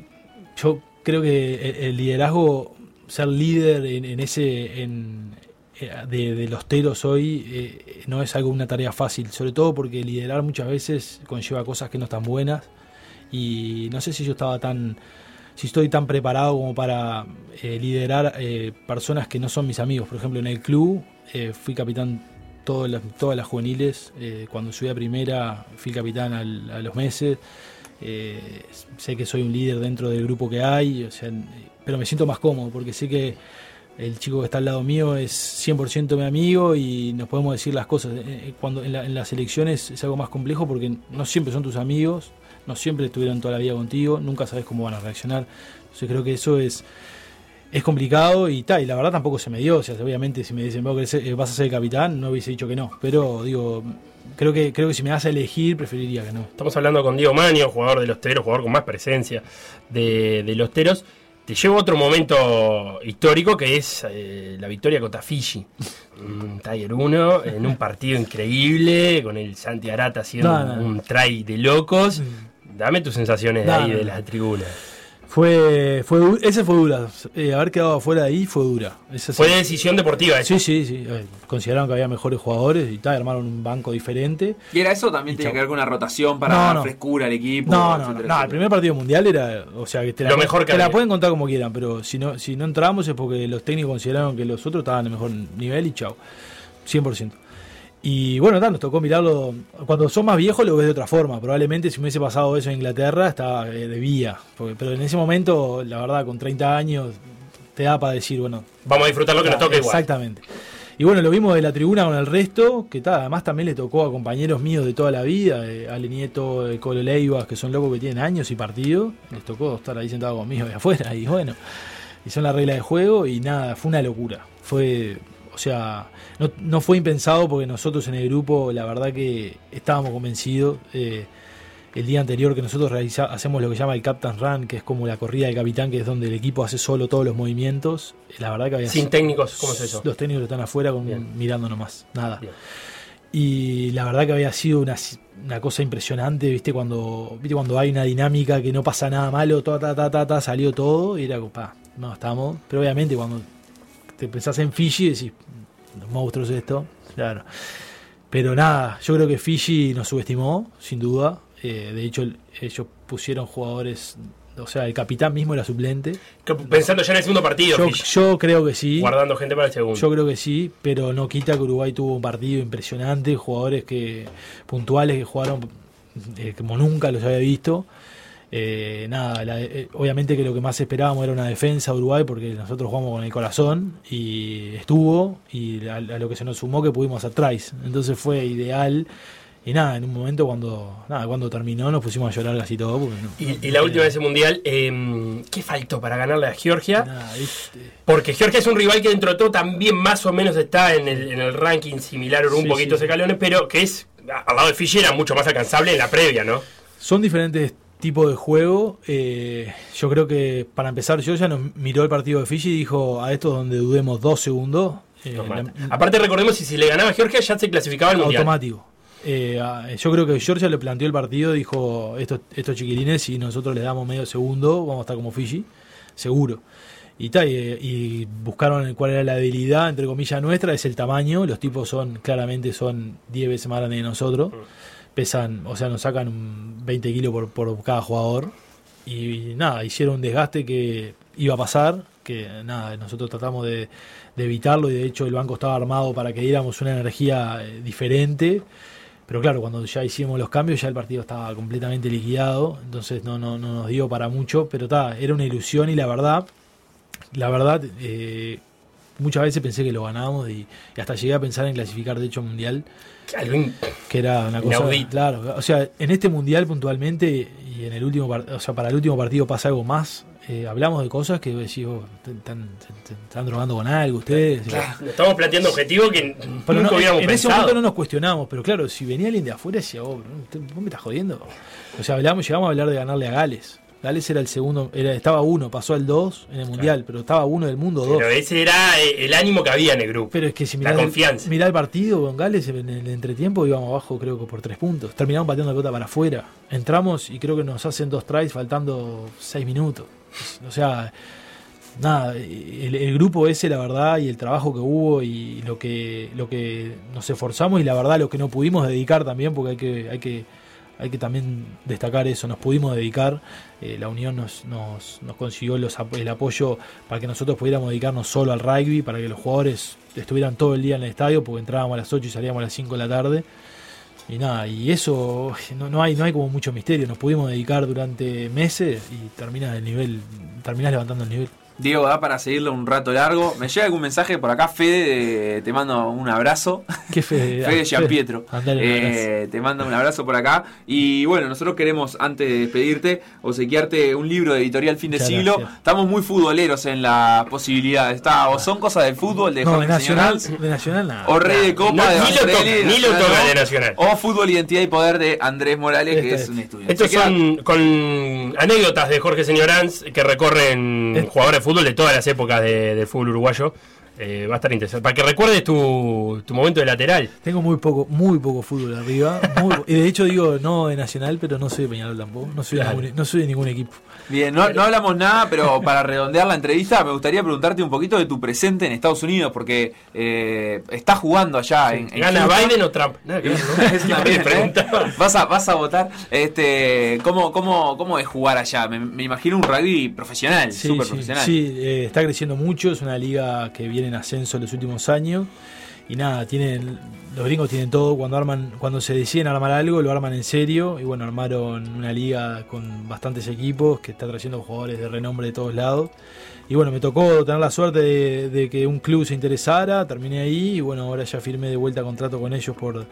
S7: yo creo que el, el liderazgo, ser líder en, en ese, en, eh, de, de los teros hoy, eh, no es algo una tarea fácil, sobre todo porque liderar muchas veces conlleva cosas que no están buenas y no sé si yo estaba tan si estoy tan preparado como para eh, liderar eh, personas que no son mis amigos. Por ejemplo, en el club eh, fui capitán todas las, todas las juveniles. eh, cuando subí a primera fui capitán al- a los meses. Eh, sé que soy un líder dentro del grupo que hay, o sea, n- pero me siento más cómodo porque sé que el chico que está al lado mío es 100% mi amigo y nos podemos decir las cosas. Eh, eh, Cuando en, la- en las elecciones es algo más complejo porque no siempre son tus amigos, no siempre estuvieron toda la vida contigo, nunca sabes cómo van a reaccionar. Entonces creo que eso es es complicado y tal, y la verdad tampoco se me dio, o sea, obviamente si me dicen "Vos querés ser- eh, vas a ser capitán, no hubiese dicho que no, pero digo, creo que creo que si me das a elegir preferiría que no.
S3: Estamos hablando con Diego Maño, jugador de los Teros, jugador con más presencia de, de los Teros. Te llevo a otro momento histórico que es eh, la victoria contra Fiji. Mm, Tiger 1 en un partido increíble con el Santi Arata haciendo
S7: No, no, no.
S3: un try de locos. Dame tus sensaciones de
S7: No,
S3: ahí
S7: no,
S3: de
S7: no.
S3: la tribuna.
S7: Fue, fue, du- ese fue dura. Eh, haber quedado afuera de ahí fue dura. Esa
S3: Fue
S7: sí.
S3: decisión deportiva eso.
S7: Sí, sí, sí. Eh, Consideraron que había mejores jugadores y tal, armaron un banco diferente.
S1: Y era eso también
S7: Y
S1: tiene
S7: chau.
S1: que ver con una rotación para
S7: No,
S1: dar
S7: no.
S1: frescura al equipo.
S7: No, no, no,
S1: etcétera,
S7: no, El
S1: etcétera.
S7: primer partido mundial era. O sea, que te la,
S3: Lo mejor que
S7: te la
S3: había.
S7: pueden contar como quieran, pero si no, si no entramos es porque los técnicos consideraron que los otros estaban en el mejor nivel y chao. 100%. Y bueno, nada, nos tocó mirarlo. Cuando sos más viejo lo ves de otra forma. Probablemente si me hubiese pasado eso en Inglaterra, estaba eh, de vía. Porque- pero en ese momento, la verdad, con 30 años, te da para decir, bueno,
S3: Vamos a disfrutar
S7: Ah,
S3: lo que nos toque igual.
S7: Exactamente. Y bueno, lo vimos de la tribuna con el resto, que tal, además también le tocó a compañeros míos de toda la vida, eh, Ale Nieto, eh, Colo Leivas, que son locos que tienen años y partidos, les tocó estar ahí sentados conmigo de afuera, y bueno, y son la regla de juego, y nada, fue una locura. Fue, o sea, no, no fue impensado porque nosotros en el grupo, la verdad que estábamos convencidos. eh, el día anterior que nosotros realiza- hacemos lo que se llama el Captain Run, que es como la corrida del capitán, que es donde el equipo hace solo todos los movimientos. La verdad que había
S3: Sin técnicos, ¿cómo es eso?
S7: los técnicos están afuera con-
S3: Bien.
S7: mirando nomás, nada.
S3: Bien.
S7: Y la verdad que había sido una, si- una cosa impresionante, ¿viste? Cuando, ¿viste? Cuando hay una dinámica que no pasa nada malo, ta, ta, ta, ta, ta, salió todo y era como, pa, no, estamos. Pero obviamente cuando te pensás en Fiji decís, los monstruos esto, claro. Pero nada, yo creo que Fiji nos subestimó, sin duda. Eh, de hecho, el- ellos pusieron jugadores, o sea, el capitán mismo era suplente.
S3: Que- Pensando ya en el segundo partido,
S7: Yo,
S3: Fish,
S7: yo creo que sí.
S3: guardando gente para el segundo.
S7: Yo creo que sí, pero no quita que Uruguay tuvo un partido impresionante, jugadores que puntuales que jugaron eh, como nunca los había visto. Eh, nada, la- eh, obviamente que lo que más esperábamos era una defensa de Uruguay porque nosotros jugamos con el corazón y estuvo y a, a lo que se nos sumó que pudimos hacer tries, entonces fue ideal y nada, en un momento cuando nada, cuando terminó nos pusimos a llorar casi todo. porque no-
S3: Y, y la última de ese mundial, eh, ¿qué faltó para ganarle a Georgia?
S7: Nada, este,
S3: Porque Georgia es un rival que dentro de todo también más o menos está en el, en el ranking similar o un
S7: Sí,
S3: poquito
S7: sí.
S3: de escalones, pero que es, a- al lado de Fiji era mucho más alcanzable en la previa, ¿no?
S7: Son diferentes tipos de juego. eh, yo creo que para empezar, yo ya nos miró el partido de Fiji y dijo a esto donde dudemos dos segundos. eh,
S3: Nos mata.
S7: la-
S3: Aparte recordemos que si le ganaba a Georgia ya se clasificaba al mundial.
S7: automático. Eh, a- yo creo que Georgia le planteó el partido, dijo estos, estos chiquilines, si nosotros les damos medio segundo, vamos a estar como Fiji, seguro. Y, ta, y, eh, y buscaron cuál era la debilidad, entre comillas, nuestra, es el tamaño. Los tipos son, claramente son 10 veces más grandes que nosotros.
S3: Mm.
S7: Pesan, o sea, nos sacan un 20 kilos por, por cada jugador. Y, nada, hicieron un desgaste que iba a pasar, que nada, nosotros tratamos de, de evitarlo y de hecho el banco estaba armado para que diéramos una energía eh, diferente. Pero claro, cuando ya hicimos los cambios ya el partido estaba completamente liquidado, entonces no, no, no nos dio para mucho, pero ta, era una ilusión y la verdad, la verdad, eh, muchas veces pensé que lo ganábamos y, y hasta llegué a pensar en clasificar de hecho mundial
S3: Algo in-
S7: que era una cosa
S3: Inaudito.
S7: claro o sea en este mundial puntualmente y en el último par- o sea para el último partido pasa algo más eh, hablamos de cosas que vos decís "Oh, te- están, te- te- están drogando con algo ustedes eh".
S3: Nos estamos planteando objetivos que
S7: Pero
S3: nunca
S7: no, en
S3: hubiéramos
S7: en ese
S3: pensado.
S7: momento no nos cuestionamos pero claro si venía alguien de afuera decía oh, bro, te- vos me estás jodiendo o sea hablamos llegamos a hablar de ganarle a Gales Gales era el segundo era estaba uno pasó al dos en el mundial pero estaba uno del mundo dos
S3: Pero ese era eh, el ánimo que había en el grupo.
S7: pero es que si
S3: La
S7: mirás,
S3: confianza.
S7: mirá el partido con Gales en el entretiempo íbamos abajo creo que por tres puntos. Terminamos pateando la pelota para afuera. Entramos y creo que nos hacen dos tries faltando seis minutos. O sea, nada, el, el grupo ese la verdad y el trabajo que hubo y lo que, lo que nos esforzamos y la verdad lo que no pudimos dedicar también porque hay que... Hay que hay que también destacar eso, nos pudimos dedicar, eh, la Unión nos, nos, nos consiguió los, ap- el apoyo para que nosotros pudiéramos dedicarnos solo al rugby, para que los jugadores estuvieran todo el día en el estadio, porque entrábamos a las 8 y salíamos a las 5 de la tarde. Y nada, y eso no, no hay, no hay como mucho misterio, nos pudimos dedicar durante meses y terminas el nivel, terminas levantando el nivel.
S1: Diego, da para seguirlo un rato largo. Me llega algún mensaje por acá, Fede, eh, te mando un abrazo.
S7: Qué fe ah,
S1: Fede Gianpietro.
S7: Andale, un abrazo.
S1: Eh, te mando un abrazo por acá. Y bueno, nosotros queremos, antes de despedirte, obsequiarte un libro de editorial Fin de
S7: Muchas
S1: Siglo.
S7: gracias. Ah.
S1: Estamos muy futboleros en la posibilidad. Está, o son cosas del fútbol, de
S7: No, de
S1: hockey
S7: nacional,
S1: señal,
S7: de nacional nada.
S1: o Rey de Copa
S3: No,
S1: de
S3: ni lo
S1: Barcelona, de
S3: toca, ni lo
S1: Nacional,
S3: toca
S1: ¿no?
S3: de Nacional.
S1: O Fútbol, Identidad y Poder de Andrés Morales, que
S7: Este,
S1: es un estudio.
S3: Estos
S1: Se queda-
S3: son con anécdotas de Jorge Señoranz que recorren
S7: Eh.
S3: jugadores de fútbol de todas las épocas de- del fútbol uruguayo. Eh, va a estar interesante. Para que recuerdes tu, tu momento de lateral.
S7: Tengo muy poco, muy poco fútbol arriba. muy po- y de hecho digo no de Nacional, pero no soy de Peñarol tampoco. No soy, de
S3: Claro.
S7: ningún- e-, no soy de ningún equipo.
S1: Bien, no, no hablamos nada, pero para redondear la entrevista me gustaría preguntarte un poquito de tu presente en Estados Unidos, porque eh, estás jugando allá en, en
S3: ¿Gana
S1: Houston.
S3: Biden o Trump? Nada que ver, ¿no?
S1: Es una
S3: Me
S1: mierda,
S3: preguntaba.
S1: ¿eh? Vas a, vas a votar. Este, ¿cómo, cómo, ¿Cómo es jugar allá? Me, me imagino un rugby profesional,
S7: Sí,
S1: súper
S7: sí,
S1: profesional.
S7: sí, eh, está creciendo mucho, es una liga que viene en ascenso en los últimos años. Y nada, tienen, los gringos tienen todo, cuando arman, cuando se deciden armar algo, lo arman en serio. Y bueno, armaron una liga con bastantes equipos que está trayendo jugadores de renombre de todos lados. Y bueno, me tocó tener la suerte de, de que un club se interesara, terminé ahí y bueno, ahora ya firmé de vuelta contrato con ellos por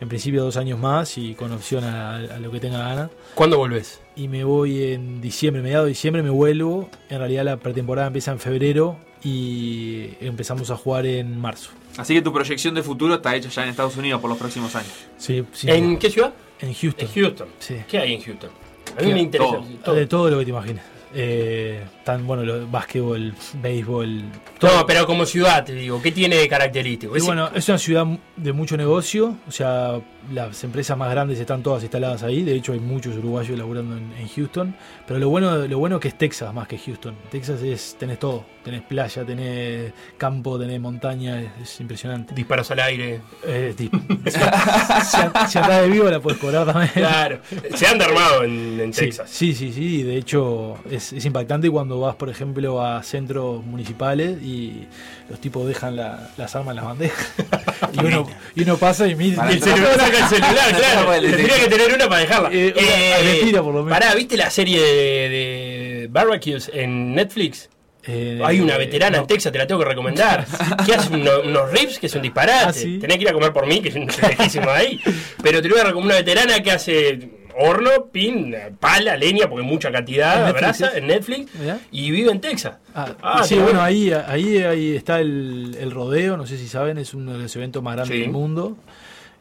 S7: en principio dos años más y con opción a, a lo que tenga ganas
S3: ¿Cuándo volvés?
S7: y me voy en diciembre, mediados de diciembre me vuelvo. En realidad la pretemporada empieza en febrero y empezamos a jugar en marzo.
S1: Así que tu proyección de futuro está hecha ya en Estados Unidos por los próximos años.
S7: Sí, sí.
S3: ¿En qué ciudad?
S7: En
S3: En
S7: Houston.
S3: Houston.
S7: Sí.
S3: ¿Qué hay en Houston? A mí
S7: ¿Qué?
S3: me interesa.
S1: Todo.
S3: todo.
S7: De todo lo que te imagines. Eh, tan bueno, lo- básquetbol, béisbol.
S3: No, pero como ciudad, te digo, ¿qué tiene de característico?
S7: Y
S3: Es-
S7: bueno, es una ciudad de mucho negocio, o sea, las empresas más grandes están todas instaladas ahí, de hecho hay muchos uruguayos laburando en, en Houston, pero lo bueno, lo bueno que es Texas más que Houston. Texas es, tenés todo, tenés playa, tenés campo, tenés montaña, es- es impresionante.
S3: Disparos al aire.
S7: Eh, di- si, a- si andás de vivo la puedes cobrar también.
S3: Claro. Se han armado en, en
S7: Sí,
S3: Texas.
S7: Sí, sí, sí. De hecho, es, es impactante cuando vas, por ejemplo, a centros municipales y los tipos dejan la- las armas en las bandejas. y, uno, y uno pasa y mira.
S1: Para
S3: El celular saca el celular, claro.
S1: Bueno,
S3: Tendría que tener una para dejarla.
S7: Eh, una- le tira, por lo menos.
S3: Pará, ¿viste la serie de, de Barbecues en Netflix?
S7: Eh,
S3: Hay una veterana
S7: no.
S3: en Texas, te la tengo que recomendar. Que hace uno- unos rips que es un disparate.
S7: Ah, sí.
S3: Tenés que ir a comer por mí, que es un lejísimo ahí. Pero te lo voy a recomendar una veterana que hace horno, pin, pala, leña, porque mucha
S7: ¿En
S3: cantidad,
S7: Netflix
S3: brasa
S7: es?
S3: en Netflix.
S7: Mirá.
S3: Y vive en Texas.
S7: Ah,
S3: Ah,
S7: sí,
S3: te-
S7: bueno, ahí, ahí, ahí está el, el rodeo, no sé si saben, es uno de los eventos más grandes
S3: Sí.
S7: del mundo.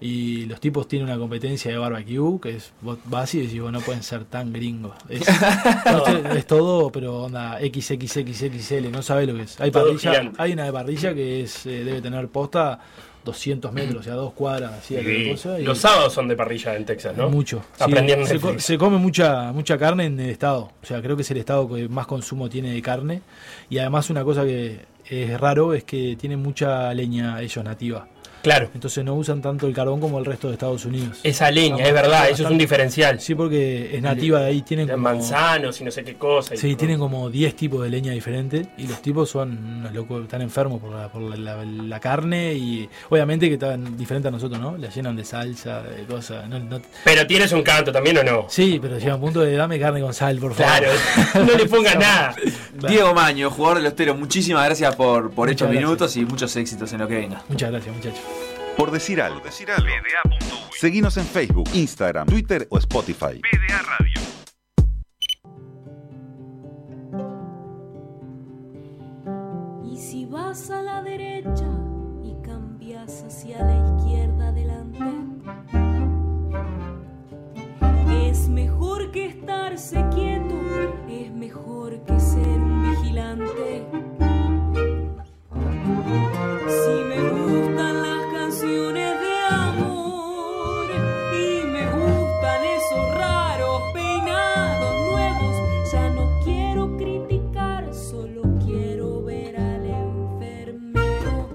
S7: Y los tipos tienen una competencia de barbecue, que es vos vas y decís, vos no pueden ser tan gringos. Es, no, es- es todo, pero onda XXXXL, no sabés lo que es. Hay
S3: Todo
S7: parrilla,
S3: gigante.
S7: hay una de parrilla que es, eh, debe tener posta 200 metros, o sea, dos cuadras, así,
S3: Y
S7: alguna cosa, y
S3: Los sábados son de parrilla en Texas, ¿no?
S7: Mucho. sí.
S3: Aprendí en
S7: se, co-
S3: Netflix.
S7: se come mucha, mucha carne en el estado. O sea, creo que es el estado que más consumo tiene de carne. Y además una cosa que es raro es que tienen mucha leña ellos nativa.
S3: Claro.
S7: Entonces no usan tanto el carbón como el resto de Estados Unidos.
S3: Esa leña,
S7: Vamos,
S3: es verdad,
S7: bastante.
S3: eso es un diferencial.
S7: Sí, porque es nativa de ahí. Tienen
S3: Tienen
S7: como,
S3: manzanos y no sé qué cosa. y-
S7: sí, tienen como 10 tipos de leña diferentes. Y los tipos son unos locos, están enfermos por la, por la, la- la carne. Y obviamente que están diferentes a nosotros, ¿no? La llenan de salsa, de cosas. No, no-
S3: Pero tienes un canto también o no.
S7: Sí, pero llega un punto de dame carne con sal, por favor.
S3: Claro, no le pongas nada.
S1: Diego Maño, jugador del Ostero, muchísimas gracias por, por
S7: Muchas
S1: estos
S7: gracias.
S1: minutos y muchos éxitos en lo que venga.
S7: Muchas gracias, muchachos.
S6: Por decir algo. Seguinos en Facebook, Instagram, Twitter o Spotify.
S8: Y si vas a la derecha y cambias hacia la izquierda adelante, es mejor que estarse quieto, es mejor que ser un vigilante. Si me gustan las canciones de amor y me gustan esos raros peinados nuevos, ya no quiero criticar, solo quiero ver al enfermero.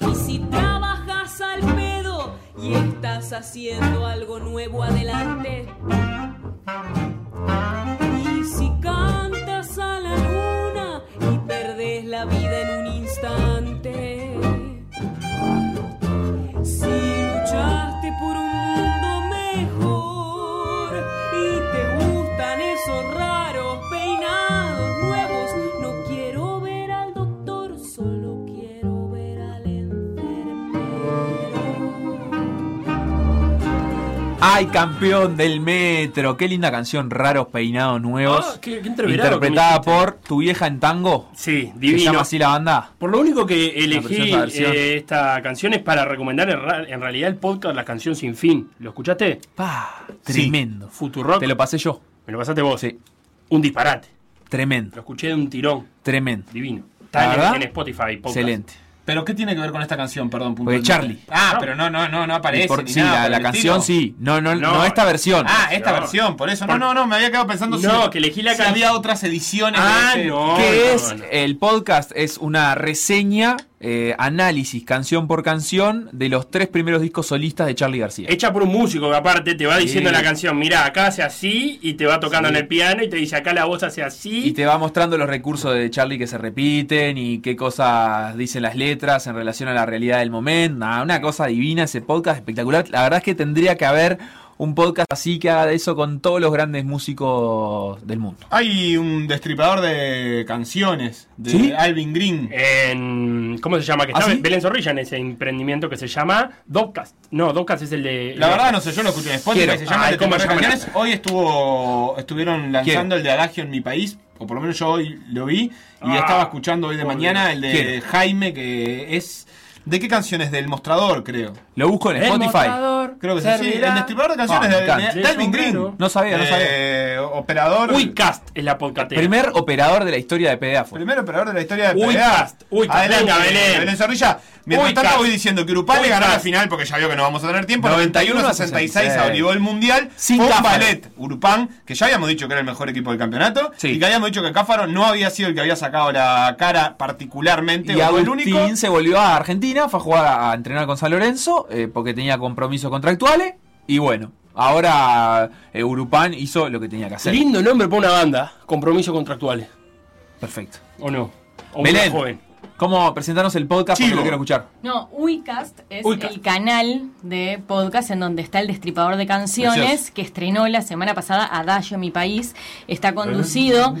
S8: Y si trabajas al pedo y estás haciendo algo nuevo adelante. Y si cantas a la luna y perdés la vida en un instante. Si luchaste por un mundo mejor y te gustan esos raros peinados nuevos, no quiero ver al doctor, solo quiero ver al enfermero.
S1: ¡Ay, campeón del metro! Qué linda canción, Raros Peinados Nuevos.
S3: Ah, qué- qué entreverado
S1: interpretada
S3: que me
S1: por Tu Vieja en Tango.
S3: Sí,
S1: ¿Se
S3: divino.
S1: llama así la banda?
S3: Por lo único que elegí
S1: preciosa versión.
S3: eh, esta canción es para recomendar en, ra- en realidad el podcast La canción sin fin. ¿Lo escuchaste?
S1: Pa, tremendo.
S3: Futurock.
S1: Te lo pasé yo.
S3: Me lo pasaste vos.
S1: Sí.
S3: Un disparate.
S1: Tremendo,
S3: Lo escuché de un tirón.
S1: tremendo.
S3: Divino.
S1: ¿La
S3: Está en-
S1: verdad?
S3: en, Spotify. podcast.
S1: Excelente.
S7: ¿Pero qué tiene que ver con esta canción? Perdón,
S1: Porque
S7: puntualmente.
S1: Charlie.
S7: Ah, pero no, no, no, no aparece.
S1: Por-
S7: ni
S1: sí,
S7: nada
S1: la,
S7: por
S1: la
S7: el
S1: canción
S7: estilo.
S1: sí. No, no, no,
S3: No.
S1: esta versión.
S7: Ah, esta
S3: No.
S7: versión, por eso. No,
S3: Por-
S7: no, no, me había quedado pensando si-
S3: No, que elegí la
S7: si
S3: can-
S7: había otras ediciones. de este
S3: Ah,
S7: ese-
S3: no.
S1: ¿Qué
S3: no,
S1: es
S3: no.
S1: el podcast? Es una reseña, eh, análisis, canción por canción, de los tres primeros discos solistas de Charlie García.
S3: Hecha por un músico que aparte te va diciendo
S1: Sí.
S3: la canción, mira, acá hace así y te va tocando en el piano y te dice acá la voz hace así.
S1: Y te va mostrando los recursos de Charlie que se repiten y qué cosas dicen las letras en relación a la realidad del momento. Nada, una cosa divina ese podcast, espectacular. La verdad es que tendría que haber un podcast así que haga de eso con todos los grandes músicos del mundo.
S2: Hay un destripador de canciones de
S1: ¿Sí?
S2: Alvin Green.
S3: En, ¿Cómo se llama? Que
S1: ¿Ah,
S3: estaba
S1: sí?
S3: en Belén Zorrilla en ese emprendimiento que se llama Dopcast. No, Dopcast es el de.
S2: La verdad no sé, yo lo escuché en Spotify,
S1: Quiero. Ah,
S2: se llama
S3: Ay,
S2: El
S3: ¿cómo
S2: Destripador de
S3: llaman?
S2: Canciones. Hoy estuvo estuvieron lanzando
S1: Quiero.
S2: el de Adagio en mi país, o por lo menos yo hoy lo vi y
S3: Ah,
S2: estaba escuchando hoy de
S3: pobre.
S2: mañana el de
S1: Quiero.
S2: Jaime que es ¿De qué canciones? Del mostrador, creo.
S1: Lo busco en
S3: El
S1: Spotify.
S3: mostrador
S2: Creo que es así.
S3: servirá-
S2: El destripador de canciones
S1: Ah, me
S2: de,
S1: encanta.
S2: de Alvin
S3: Sí,
S2: Green.
S3: sombrero.
S1: No sabía, no sabía.
S2: Eh, operador.
S3: Uicast es la podcastera.
S1: Primer operador de la historia de Pedafo.
S2: Primer operador de la historia de
S3: Uy,
S2: PDA.
S3: cast, uy, cast,
S2: Adelante,
S3: venga,
S2: Belén.
S3: Belén.
S2: Zorrilla. Mientras
S3: Uy,
S2: tanto
S3: cast.
S2: voy diciendo que Urupá le
S3: Uy,
S2: ganó la
S3: cast.
S2: final porque ya vio que no vamos a tener tiempo.
S1: 91 a
S2: 91-66 abrigó el Mundial.
S1: Sin
S2: Fue un
S1: Cáfaro.
S2: ballet Urupán, que ya habíamos dicho que era el mejor equipo del campeonato.
S1: Sí.
S2: Y que habíamos dicho que Cáfaro no había sido el que había sacado la cara particularmente.
S1: Y
S2: o no el único.
S1: Agustín se volvió a Argentina, fue a jugar a, a entrenar con San Lorenzo eh, porque tenía compromisos contractuales. Y bueno, ahora eh, Urupán hizo lo que tenía que hacer.
S3: Lindo nombre para una banda. Compromiso contractuales.
S1: Perfecto.
S3: ¿O no? O eh. una
S1: Belén,
S3: joven.
S1: ¿cómo presentarnos el podcast? Porque
S2: Chivo.
S1: lo quiero escuchar.
S8: No, Uicast es
S3: Uicast.
S8: el canal de podcast en donde está el destripador de canciones
S1: Precioso.
S8: que estrenó la semana pasada Adagio Mi País. Está conducido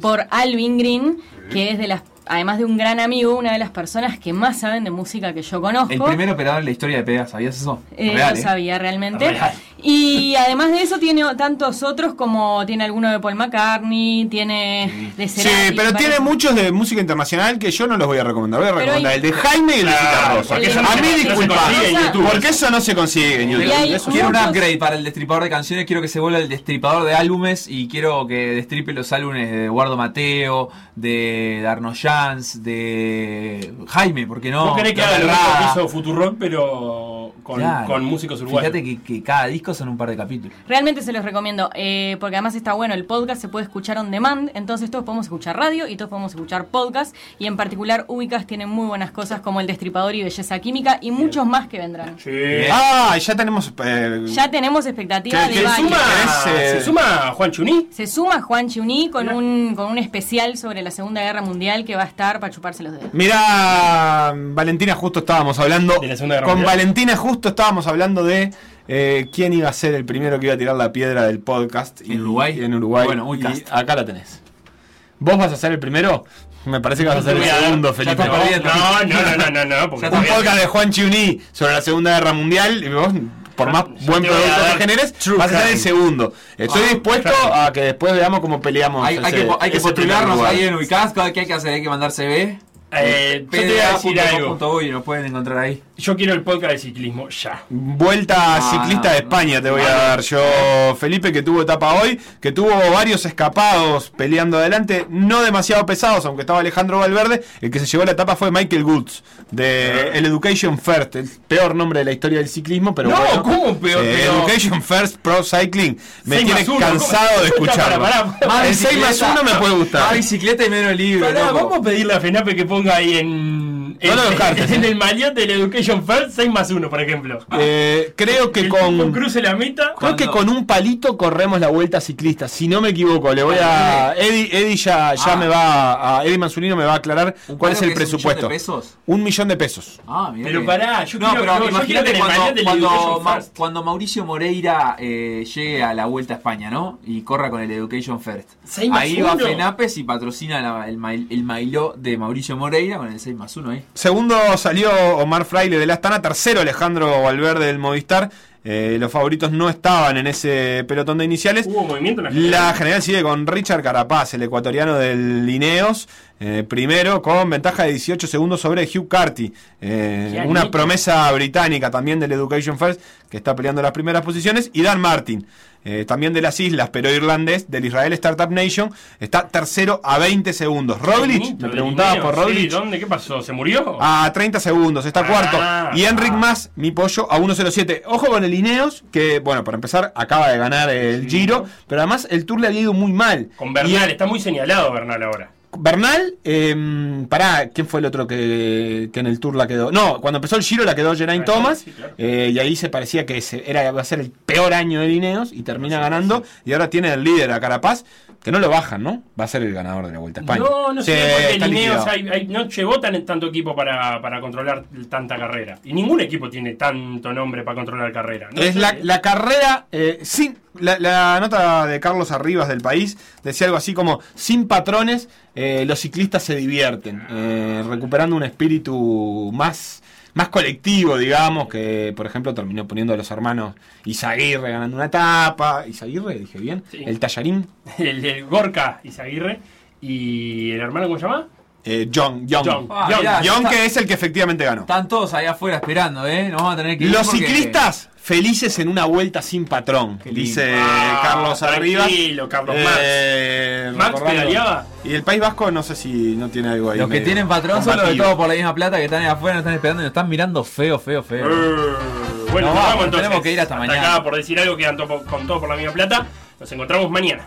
S8: por Alvin Green, que es de las, además de un gran amigo, una de las personas que más saben de música que yo conozco.
S1: El primer operador en la historia de PEDA, ¿sabías eso?
S8: Eh,
S1: Real,
S8: no
S1: ¿eh?
S8: sabía realmente.
S3: Real.
S8: Y además de eso tiene tantos otros como tiene alguno de Paul McCartney, tiene de
S2: Sí,
S8: Cerati,
S2: pero
S8: me
S2: tiene
S8: parece.
S2: muchos de música internacional que yo no los voy a recomendar. Voy a
S8: Pero
S2: recomendar
S8: hay-
S2: el de Jaime y el de Cita
S3: Claro,
S2: Rosa.
S8: porque eso no
S2: A
S8: se-
S2: mí
S8: no se
S2: disculpa.
S8: consigue en YouTube.
S2: Porque eso no se consigue en
S8: Y
S2: YouTube.
S8: hay
S1: Quiero un
S8: muchos-
S1: upgrade para el destripador de canciones, quiero que se vuelva el destripador de álbumes y quiero que destripe los álbumes de Eduardo Mateo, de Darno Jans, de Jaime, porque no.
S3: Vos querés que
S1: No
S3: haga lo mismo
S1: Rada.
S3: que hizo Futurock, pero con,
S1: Claro.
S3: con músicos uruguayos.
S1: Fíjate que, que cada disco son un par de capítulos.
S8: Realmente se los recomiendo, eh, porque además está bueno, el podcast se puede escuchar on demand, entonces todos podemos escuchar radio y todos podemos escuchar podcast, y en particular Ubicas tiene muy buenas cosas como El Destripador y Belleza Química, y muchos más que vendrán.
S3: Sí.
S2: Ah, ya tenemos. eh,
S8: Ya tenemos expectativa
S2: Que-
S8: de
S2: que
S8: varios.
S3: suma,
S2: Ese-
S3: se suma Juan Chuní.
S8: Se suma Juan Chiuní con un, con un especial sobre la Segunda Guerra Mundial que va a estar para chuparse los dedos.
S2: Mirá, Valentina, justo estábamos hablando.
S3: De la Segunda Guerra
S2: con
S3: Mundial.
S2: Valentina, justo estábamos hablando de eh, quién iba a ser el primero que iba a tirar la piedra del podcast. y-
S1: ¿En Uruguay?
S2: En Uruguay.
S1: Bueno,
S2: y
S1: Uicast.
S2: acá la tenés. ¿Vos vas a ser el primero? Me parece que vas a ser el
S3: Voy a dar-
S2: segundo,
S1: ya
S2: Felipe.
S1: está
S3: No,
S1: perdiendo.
S3: no, no, no, no, no, porque
S1: Ya
S2: Un
S1: está.
S3: todavía-
S2: podcast de Juan Chiuní sobre la Segunda Guerra Mundial. Y vos, por más
S3: Yo
S2: buen
S3: te voy a
S2: producto
S3: dar
S2: que generes,
S3: True
S2: vas a ser el
S3: Crime. Ah,
S2: segundo. Estoy dispuesto a que después veamos cómo peleamos.
S1: Hay, hay
S2: ese-
S1: que, hay que
S2: ese primer
S1: postularnos
S2: lugar.
S1: ahí en Ubicast, ¿qué hay que hacer? Hay que mandar CV.
S3: Eh, yo te voy a decir algo.
S1: PDA.com.uy, nos pueden encontrar ahí.
S3: Yo quiero el podcast de ciclismo ya. Ah,
S2: Vuelta
S1: No,
S2: ciclista
S1: no,
S2: de
S1: no.
S2: España te voy a dar yo, Felipe, que tuvo etapa hoy, que tuvo varios escapados peleando adelante, no demasiado pesados, aunque estaba Alejandro Valverde, el que se llevó la etapa fue Michael Goods, de el Education First, el peor nombre de la historia del ciclismo, pero
S3: No,
S2: bueno.
S3: ¿cómo peor?
S2: Eh,
S3: Pero-
S2: Education First Pro Cycling, me
S3: Seis
S2: tiene
S3: más uno,
S2: cansado
S3: ¿cómo?
S2: de escucharlo.
S3: Pará, pará,
S2: el 6 más 1 me puede
S1: Más
S2: gustar.
S1: bicicleta y menos libre.
S3: Pará,
S1: loco.
S3: vamos a pedirle a FENAPE que ponga ahí en, en,
S2: lo descartes,
S3: en el maillot del Education First 6 más 1, por ejemplo.
S2: Eh, creo que
S3: el
S2: con...
S3: tipo cruce la meta.
S2: Creo que con un palito corremos la vuelta ciclista, si no me equivoco. Le voy a. Eddie, Eddie ya, ya
S1: Ah.
S2: me va. A, Eddie Manzulino me va a aclarar
S1: ¿Un
S2: cuál es
S1: palo
S2: el
S1: que es un millón
S2: presupuesto.
S1: de pesos?
S2: Un millón de pesos.
S1: Ah, mirá
S3: Pero
S1: que-
S3: pará, yo
S1: no,
S3: quiero-
S1: pero
S3: no, yo
S1: imagínate
S3: quiero que
S1: cuando,
S3: le manden el
S1: cuando
S3: Education
S1: Ma-
S3: First.
S1: cuando Mauricio Moreira eh, llegue a la Vuelta a España, ¿no? Y corra con el Education First.
S3: Seis más
S1: Ahí va
S3: uno.
S1: Fenapes y patrocina la- el, mail- el mailó de Mauricio Moreira con el 6 más ¿eh? 1 ahí.
S2: Segundo salió Omar Fraile del Astana. Tercero Alejandro Valverde del Movistar. Eh, los favoritos no estaban en ese pelotón de iniciales.
S3: Hubo movimiento en la general.
S2: La general sigue con Richard Carapaz, el ecuatoriano del Lineos. eh, primero con ventaja de 18 segundos sobre Hugh Carty, eh,
S3: Qué
S2: una
S3: añito.
S2: promesa británica también del Education First que está peleando las primeras posiciones. Y Dan Martin, eh, también de las islas, pero irlandés, del Israel Startup Nation, está tercero a 20 segundos. Roglic, me preguntaba por
S3: Rodri
S2: Roglic. Ah,
S3: ¿Dónde? ¿Qué pasó? ¿Se murió?
S2: A 30 segundos, está cuarto.
S3: Ah.
S2: Y Enric más, mi pollo, a 1.07. Ojo con el Ineos, que, bueno, para empezar, acaba de ganar el Giro, pero además el Tour le había ido muy mal.
S3: Con Bernal,
S2: Y-
S3: está muy señalado Bernal ahora.
S2: Bernal, eh, pará, ¿quién fue el otro que, que en el Tour la quedó? No, cuando empezó el Giro la quedó Geraint
S3: Geraint,
S2: Thomas,
S3: sí, claro.
S2: eh, y ahí se parecía que ese era, va a ser el peor año de Ineos, y termina ganando, y ahora tiene el líder a Carapaz, que no lo bajan, ¿no? Va a ser el ganador de la Vuelta a España.
S3: No, no
S2: Sí,
S3: sé, porque
S2: está
S3: Lineos
S2: liquidado.
S3: hay- hay- no llevó tan, tanto equipo para, para controlar tanta carrera. Y ningún equipo tiene tanto nombre para controlar carrera. No
S2: Es
S3: sé.
S2: la, la carrera eh, sin. La, la nota de Carlos Arribas del país decía algo así como: sin patrones, eh, los ciclistas se divierten, eh, recuperando un espíritu más, más colectivo, digamos, que por ejemplo terminó poniendo a los hermanos Izaguirre ganando una etapa. Izaguirre, dije bien,
S3: Sí.
S2: el tallarín.
S3: El, el Gorka Izaguirre y el hermano, ¿cómo se llama?
S2: eh, John, John. John,
S3: John.
S1: Ah, mirá, está-
S2: que es el que efectivamente ganó.
S1: Están todos allá afuera esperando, ¿eh? Nos vamos a tener que ir
S2: Los
S1: porque-
S2: ciclistas felices en una vuelta sin patrón,
S1: lindo.
S2: dice
S3: Ah,
S2: Eh, Carlos Arribas.
S3: Tranquilo, Carlos
S2: Eh,
S3: Marx. ¿Marx
S2: recordando.
S3: pedaleaba?
S2: Y el País Vasco no sé si no tiene algo ahí.
S1: Los que
S2: medio
S1: tienen patrón son los de
S2: combativo.
S1: todos por la misma plata que están ahí afuera, nos están esperando y nos están mirando feo, feo, feo.
S3: Eh, Bueno,
S1: No,
S3: nos vamos
S1: tenemos
S3: entonces.
S1: que ir hasta mañana.
S3: acá, por decir algo, quedan to- con todo por la misma plata. Nos encontramos mañana.